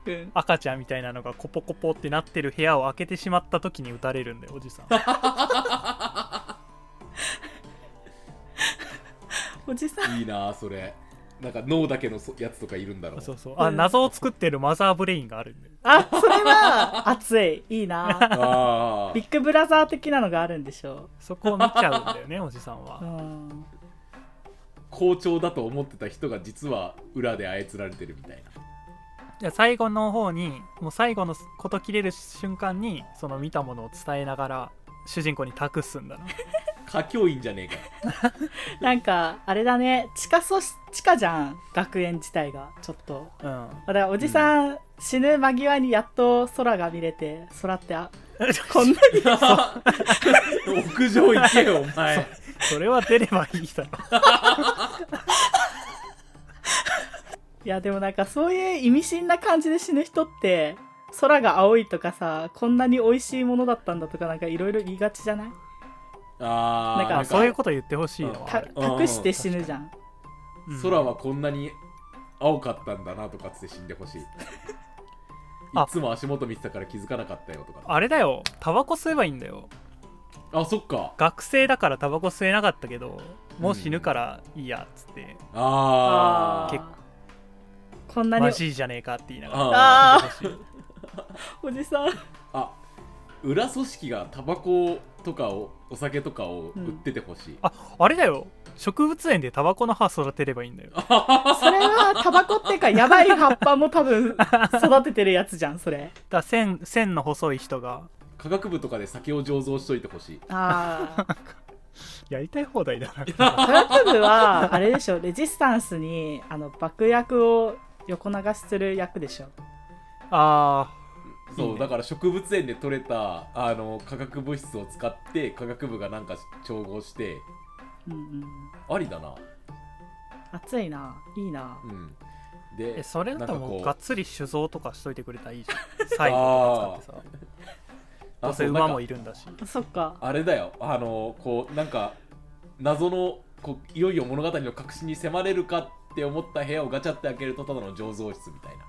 [SPEAKER 3] うん
[SPEAKER 1] 赤ちゃんみたいなのがコポコポってなってる部屋を開けてしまった時に撃たれるんだよおじさん
[SPEAKER 3] おじさん
[SPEAKER 2] いいなあそれなんか脳だけのそやつとかいるんだろう
[SPEAKER 1] そうそうあ謎を作ってるマザーブレインがあるんだよ
[SPEAKER 3] あそれは熱いいいな
[SPEAKER 2] ああ
[SPEAKER 3] ビッグブラザー的なのがあるんでしょ
[SPEAKER 1] そこを見ちゃうんだ よねおじさん
[SPEAKER 3] う、う
[SPEAKER 1] は
[SPEAKER 3] ん、
[SPEAKER 2] 校長だと思ってた人が実は裏で操られてるみたいな
[SPEAKER 1] じゃあ最後の方にもう最後のこと切れる瞬間にその見たものを伝えながら主人公に託すんだな
[SPEAKER 2] 家教員じゃねえか
[SPEAKER 3] なんかあれだね地下そし地下じゃん学園自体がちょっと
[SPEAKER 1] うん
[SPEAKER 3] だからおじさん、死ぬ間際にやっと空が見れて空ってあ こんなに
[SPEAKER 2] 屋上行けよお前
[SPEAKER 1] それは出ればいいだろ
[SPEAKER 3] いやでもなんかそういう意味深な感じで死ぬ人って空が青いとかさこんなに美味しいものだったんだとかなんかいろいろ言いがちじゃない
[SPEAKER 2] あ
[SPEAKER 3] なん
[SPEAKER 2] あ
[SPEAKER 3] か
[SPEAKER 1] あそういうこと言ってほしいのはあ
[SPEAKER 3] た
[SPEAKER 1] る
[SPEAKER 2] うん
[SPEAKER 3] 託して死ぬじゃん
[SPEAKER 1] うん
[SPEAKER 2] 空はこんなに青かったんだなとかつって死んでほしいい
[SPEAKER 1] あ
[SPEAKER 2] つも足元見てたから気づかなかったよとか
[SPEAKER 1] あれだよタバコ吸えばいいんだよ
[SPEAKER 2] あそっか
[SPEAKER 1] 学生だからタバコ吸えなかったけどもう死ぬからいいやっつって、
[SPEAKER 2] あー
[SPEAKER 1] 結構
[SPEAKER 3] こんなに
[SPEAKER 1] マジいじゃねえかって言いながら
[SPEAKER 2] あ
[SPEAKER 3] あおじさん
[SPEAKER 2] ーあ裏組織がタバコとかをお酒とかを売っててほしい、
[SPEAKER 1] ああれだよ植物園でタバコの葉育てればいいんだよ
[SPEAKER 3] それはタバコってかやばい葉っぱも多分育ててるやつじゃんそれ
[SPEAKER 1] だから線線の細い人が
[SPEAKER 2] 科学部とかで酒を醸造しといてほしい
[SPEAKER 3] ああ
[SPEAKER 1] やりたい放題だな
[SPEAKER 3] 科学部はあれでしょレジスタンスにあの爆薬を横流しする役でしょ
[SPEAKER 1] あ
[SPEAKER 2] そう
[SPEAKER 1] いいね
[SPEAKER 2] だから植物園で採れたあの化学物質を使って科学部がなんか調合して
[SPEAKER 3] うんうん
[SPEAKER 2] ありだな
[SPEAKER 3] 熱いないいな
[SPEAKER 2] うん
[SPEAKER 1] ー
[SPEAKER 2] で
[SPEAKER 1] えそれだったらも
[SPEAKER 2] なん
[SPEAKER 1] う
[SPEAKER 2] かこ
[SPEAKER 1] がっつり酒造とかしといてくれたら いいじゃん最後とか使ってさどうせ馬も
[SPEAKER 2] い
[SPEAKER 1] いるんだし
[SPEAKER 3] そっか
[SPEAKER 2] あれだよあのこうなんか謎のこういよいよ物語の核心に迫れるかって思った部屋をガチャって開けるとただの醸造室みたいな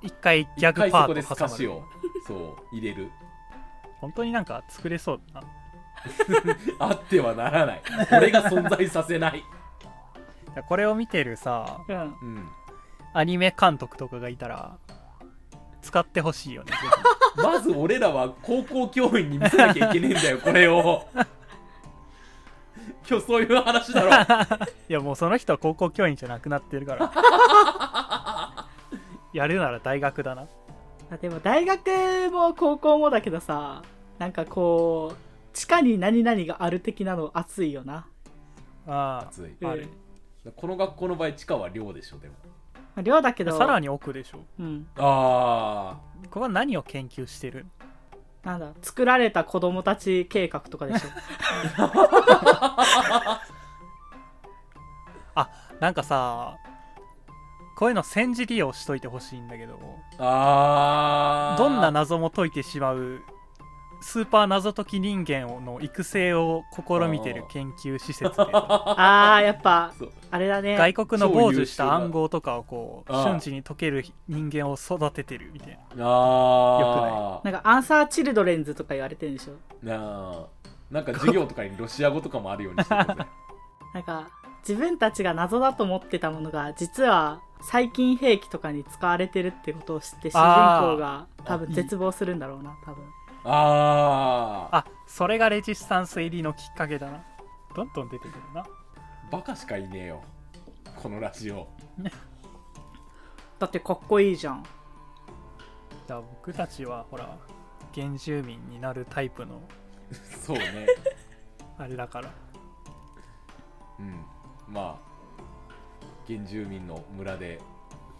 [SPEAKER 1] 一回ギャグ
[SPEAKER 2] 一回
[SPEAKER 1] パ
[SPEAKER 2] そこで
[SPEAKER 1] ー
[SPEAKER 2] ス
[SPEAKER 1] ト挟
[SPEAKER 2] カ
[SPEAKER 1] ま
[SPEAKER 2] シ
[SPEAKER 1] る
[SPEAKER 2] をそう入れる
[SPEAKER 1] 本当になんか作れそうだな
[SPEAKER 2] あってはならない俺が存在させない、
[SPEAKER 1] いやこれを見てるさ
[SPEAKER 3] うん
[SPEAKER 2] うん、
[SPEAKER 1] アニメ監督とかがいたら使ってほしいよ ねぜひ
[SPEAKER 2] まず俺らは高校教員に見せなきゃいけねえんだよこれを今日そういう話 だろ
[SPEAKER 1] いやもうその人は高校教員じゃなくなってるから やるなら大学だな
[SPEAKER 3] あでも大学も高校もだけどさなんかこう地下に何々がある的なの熱いよな、
[SPEAKER 1] あ
[SPEAKER 2] 熱い
[SPEAKER 1] ある
[SPEAKER 2] この学校の場合地下は寮でしょでも
[SPEAKER 3] まあ、寮だけど
[SPEAKER 1] さら
[SPEAKER 3] に、
[SPEAKER 1] に奥でしょ
[SPEAKER 3] うん、
[SPEAKER 2] あ
[SPEAKER 1] ここは何を研究してる
[SPEAKER 3] なんだ作られた子供たち計画とかでし ょ
[SPEAKER 1] なんかさこういうの戦時利用しといてほしいんだけど
[SPEAKER 2] あああ
[SPEAKER 1] どんな謎も解いてしまうスーパー謎解き人間の育成を試みてる研究施設でさ
[SPEAKER 3] あーやっぱ
[SPEAKER 2] そう
[SPEAKER 3] あれだね
[SPEAKER 1] 外国の傍受した暗号とかをこう
[SPEAKER 2] ああ
[SPEAKER 1] 瞬時に解ける人間を育ててるみたいな
[SPEAKER 2] あ
[SPEAKER 3] なんかアンサーチルドレンズとか言われてるんでしょ
[SPEAKER 2] あなあなんか授業とかにロシア語とかもあるようにしてください
[SPEAKER 3] なんか自分たちが謎だと思ってたものが実は細菌兵器とかに使われてるってことを知って主人公が多分絶望するんだろうな多分
[SPEAKER 2] あ あ
[SPEAKER 1] あそれがレジスタンス入りのきっかけだなどんどん出てくるな
[SPEAKER 2] バカしかいねえよこのラジオ
[SPEAKER 3] だってかっこいいじゃん
[SPEAKER 1] じゃあ僕たちはほら原住民になるタイプの
[SPEAKER 2] そうね
[SPEAKER 1] あれだから
[SPEAKER 2] うんまあ原住民の村で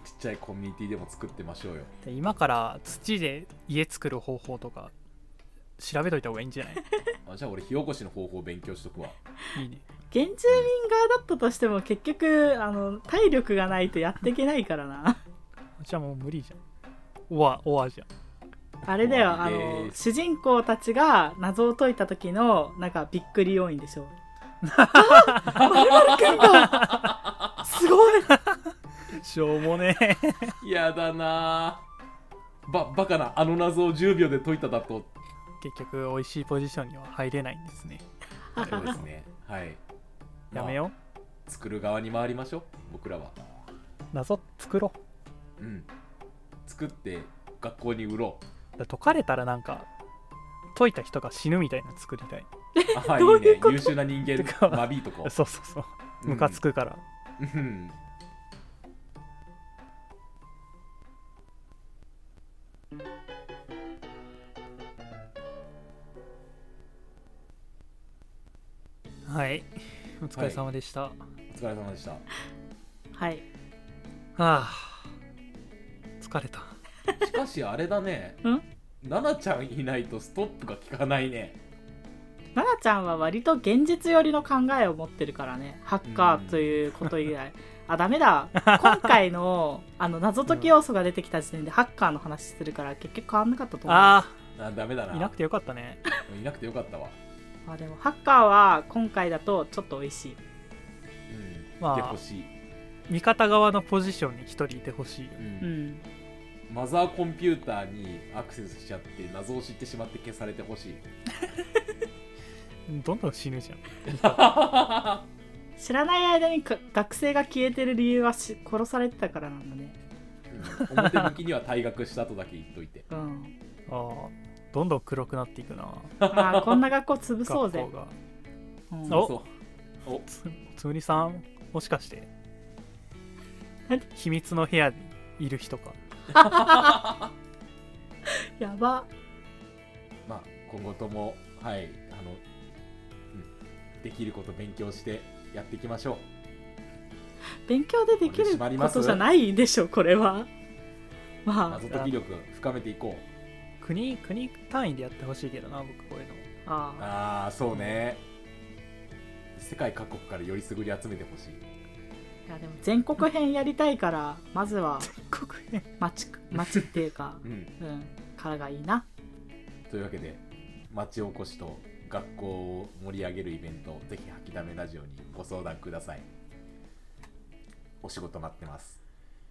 [SPEAKER 2] ちっちゃいコミュニティでも作ってましょうよ
[SPEAKER 1] で今から土で家作る方法とか調べといた方がいいんじゃ ない
[SPEAKER 2] あじゃあ俺火起こしの方法を勉強しとくわ
[SPEAKER 1] いいね
[SPEAKER 3] 原住民側だったとしても結局あの体力 がないとやっていけないからな
[SPEAKER 1] じゃあもう無理じゃんオアオアじゃん
[SPEAKER 3] あれだよあ
[SPEAKER 2] 終わり
[SPEAKER 3] の
[SPEAKER 2] です
[SPEAKER 3] 主人公たちが謎を解いた時のなんかびっくり要因でしょあ丸々くんがすごい
[SPEAKER 1] しょうも ね
[SPEAKER 2] やだなぁばバカなあの謎を10秒で解いた だと
[SPEAKER 1] 結局美味しいポジションには入れないんですね
[SPEAKER 2] そうですねはい
[SPEAKER 1] やめよ
[SPEAKER 2] まあ作る側に回りましょう僕らは
[SPEAKER 1] う謎作ろう
[SPEAKER 2] うん作って学校に売ろ
[SPEAKER 1] だから解かれたらなんか解いた人が死ぬみたいなの作りたいう
[SPEAKER 2] ああい
[SPEAKER 3] どう
[SPEAKER 2] い
[SPEAKER 3] い
[SPEAKER 2] ね
[SPEAKER 3] うこと
[SPEAKER 2] 優秀な人間
[SPEAKER 1] てか
[SPEAKER 2] 間引いとこ
[SPEAKER 1] そうそうそう
[SPEAKER 2] うん
[SPEAKER 1] ムカつくから、
[SPEAKER 2] うん
[SPEAKER 1] はいお疲れ様でした、は
[SPEAKER 2] お疲れ様でした
[SPEAKER 3] はい
[SPEAKER 1] あ疲れた
[SPEAKER 2] しかしあれだね
[SPEAKER 3] ん
[SPEAKER 2] ななちゃんいないとストップが効かないね
[SPEAKER 3] 奈々ちゃんは割と現実寄りの考えを持ってるからねハッカーということ以外あダメだ今回のあの謎解き要素が出てきた時点でハッカーの話するから結局変わんなかったと思う
[SPEAKER 1] あ
[SPEAKER 2] あダメだ
[SPEAKER 1] あ
[SPEAKER 2] ない
[SPEAKER 1] なくてよかったね
[SPEAKER 2] いなくてよかったわ
[SPEAKER 3] まあでもハッカーは今回だとちょっと美味しい
[SPEAKER 2] うん、
[SPEAKER 1] まあ
[SPEAKER 2] いてほしい、
[SPEAKER 1] 味方側のポジションに一人いてほしいよ
[SPEAKER 2] う
[SPEAKER 3] うんん
[SPEAKER 2] マザーコンピューターにアクセスしちゃって謎を知ってしまって消されてほしい
[SPEAKER 1] どんどん死ぬじゃん
[SPEAKER 3] 知らない間にか学生が消えてる理由はし殺されてたからなんだね
[SPEAKER 2] うん表向きには退学したとだけ言っといて
[SPEAKER 3] うん
[SPEAKER 1] ああどんどん黒くなっていくな
[SPEAKER 3] まあこんな学校潰そう
[SPEAKER 1] 学
[SPEAKER 3] ぜ
[SPEAKER 1] 校、が
[SPEAKER 3] うん
[SPEAKER 1] お
[SPEAKER 2] そうお
[SPEAKER 1] つつむりさんもしかして
[SPEAKER 3] 何
[SPEAKER 1] 秘密の部屋にいる人か
[SPEAKER 3] やば
[SPEAKER 2] まあ今後ともはいあの、うん、できること勉強してやっていきましょ
[SPEAKER 3] 勉強ででき
[SPEAKER 2] これ
[SPEAKER 3] る
[SPEAKER 2] 閉まりま
[SPEAKER 3] こ
[SPEAKER 2] す
[SPEAKER 3] とじゃないでしょこれは
[SPEAKER 2] う
[SPEAKER 3] ま
[SPEAKER 2] 謎解き力深めていこ
[SPEAKER 1] 国国単位でやってほしいけどな僕こういうの
[SPEAKER 3] ああ
[SPEAKER 2] う
[SPEAKER 3] あ
[SPEAKER 2] ああそうね世界各国からよりすぐり集めてほしい
[SPEAKER 3] いやでも全国編やりたいからまずは
[SPEAKER 1] 国編
[SPEAKER 3] 町く町っていうか
[SPEAKER 2] うん
[SPEAKER 3] うんからがいいな
[SPEAKER 2] というわけで町おこしと学校を盛り上げるイベントぜひ吐きだめラジオにご相談くださいお仕事待ってます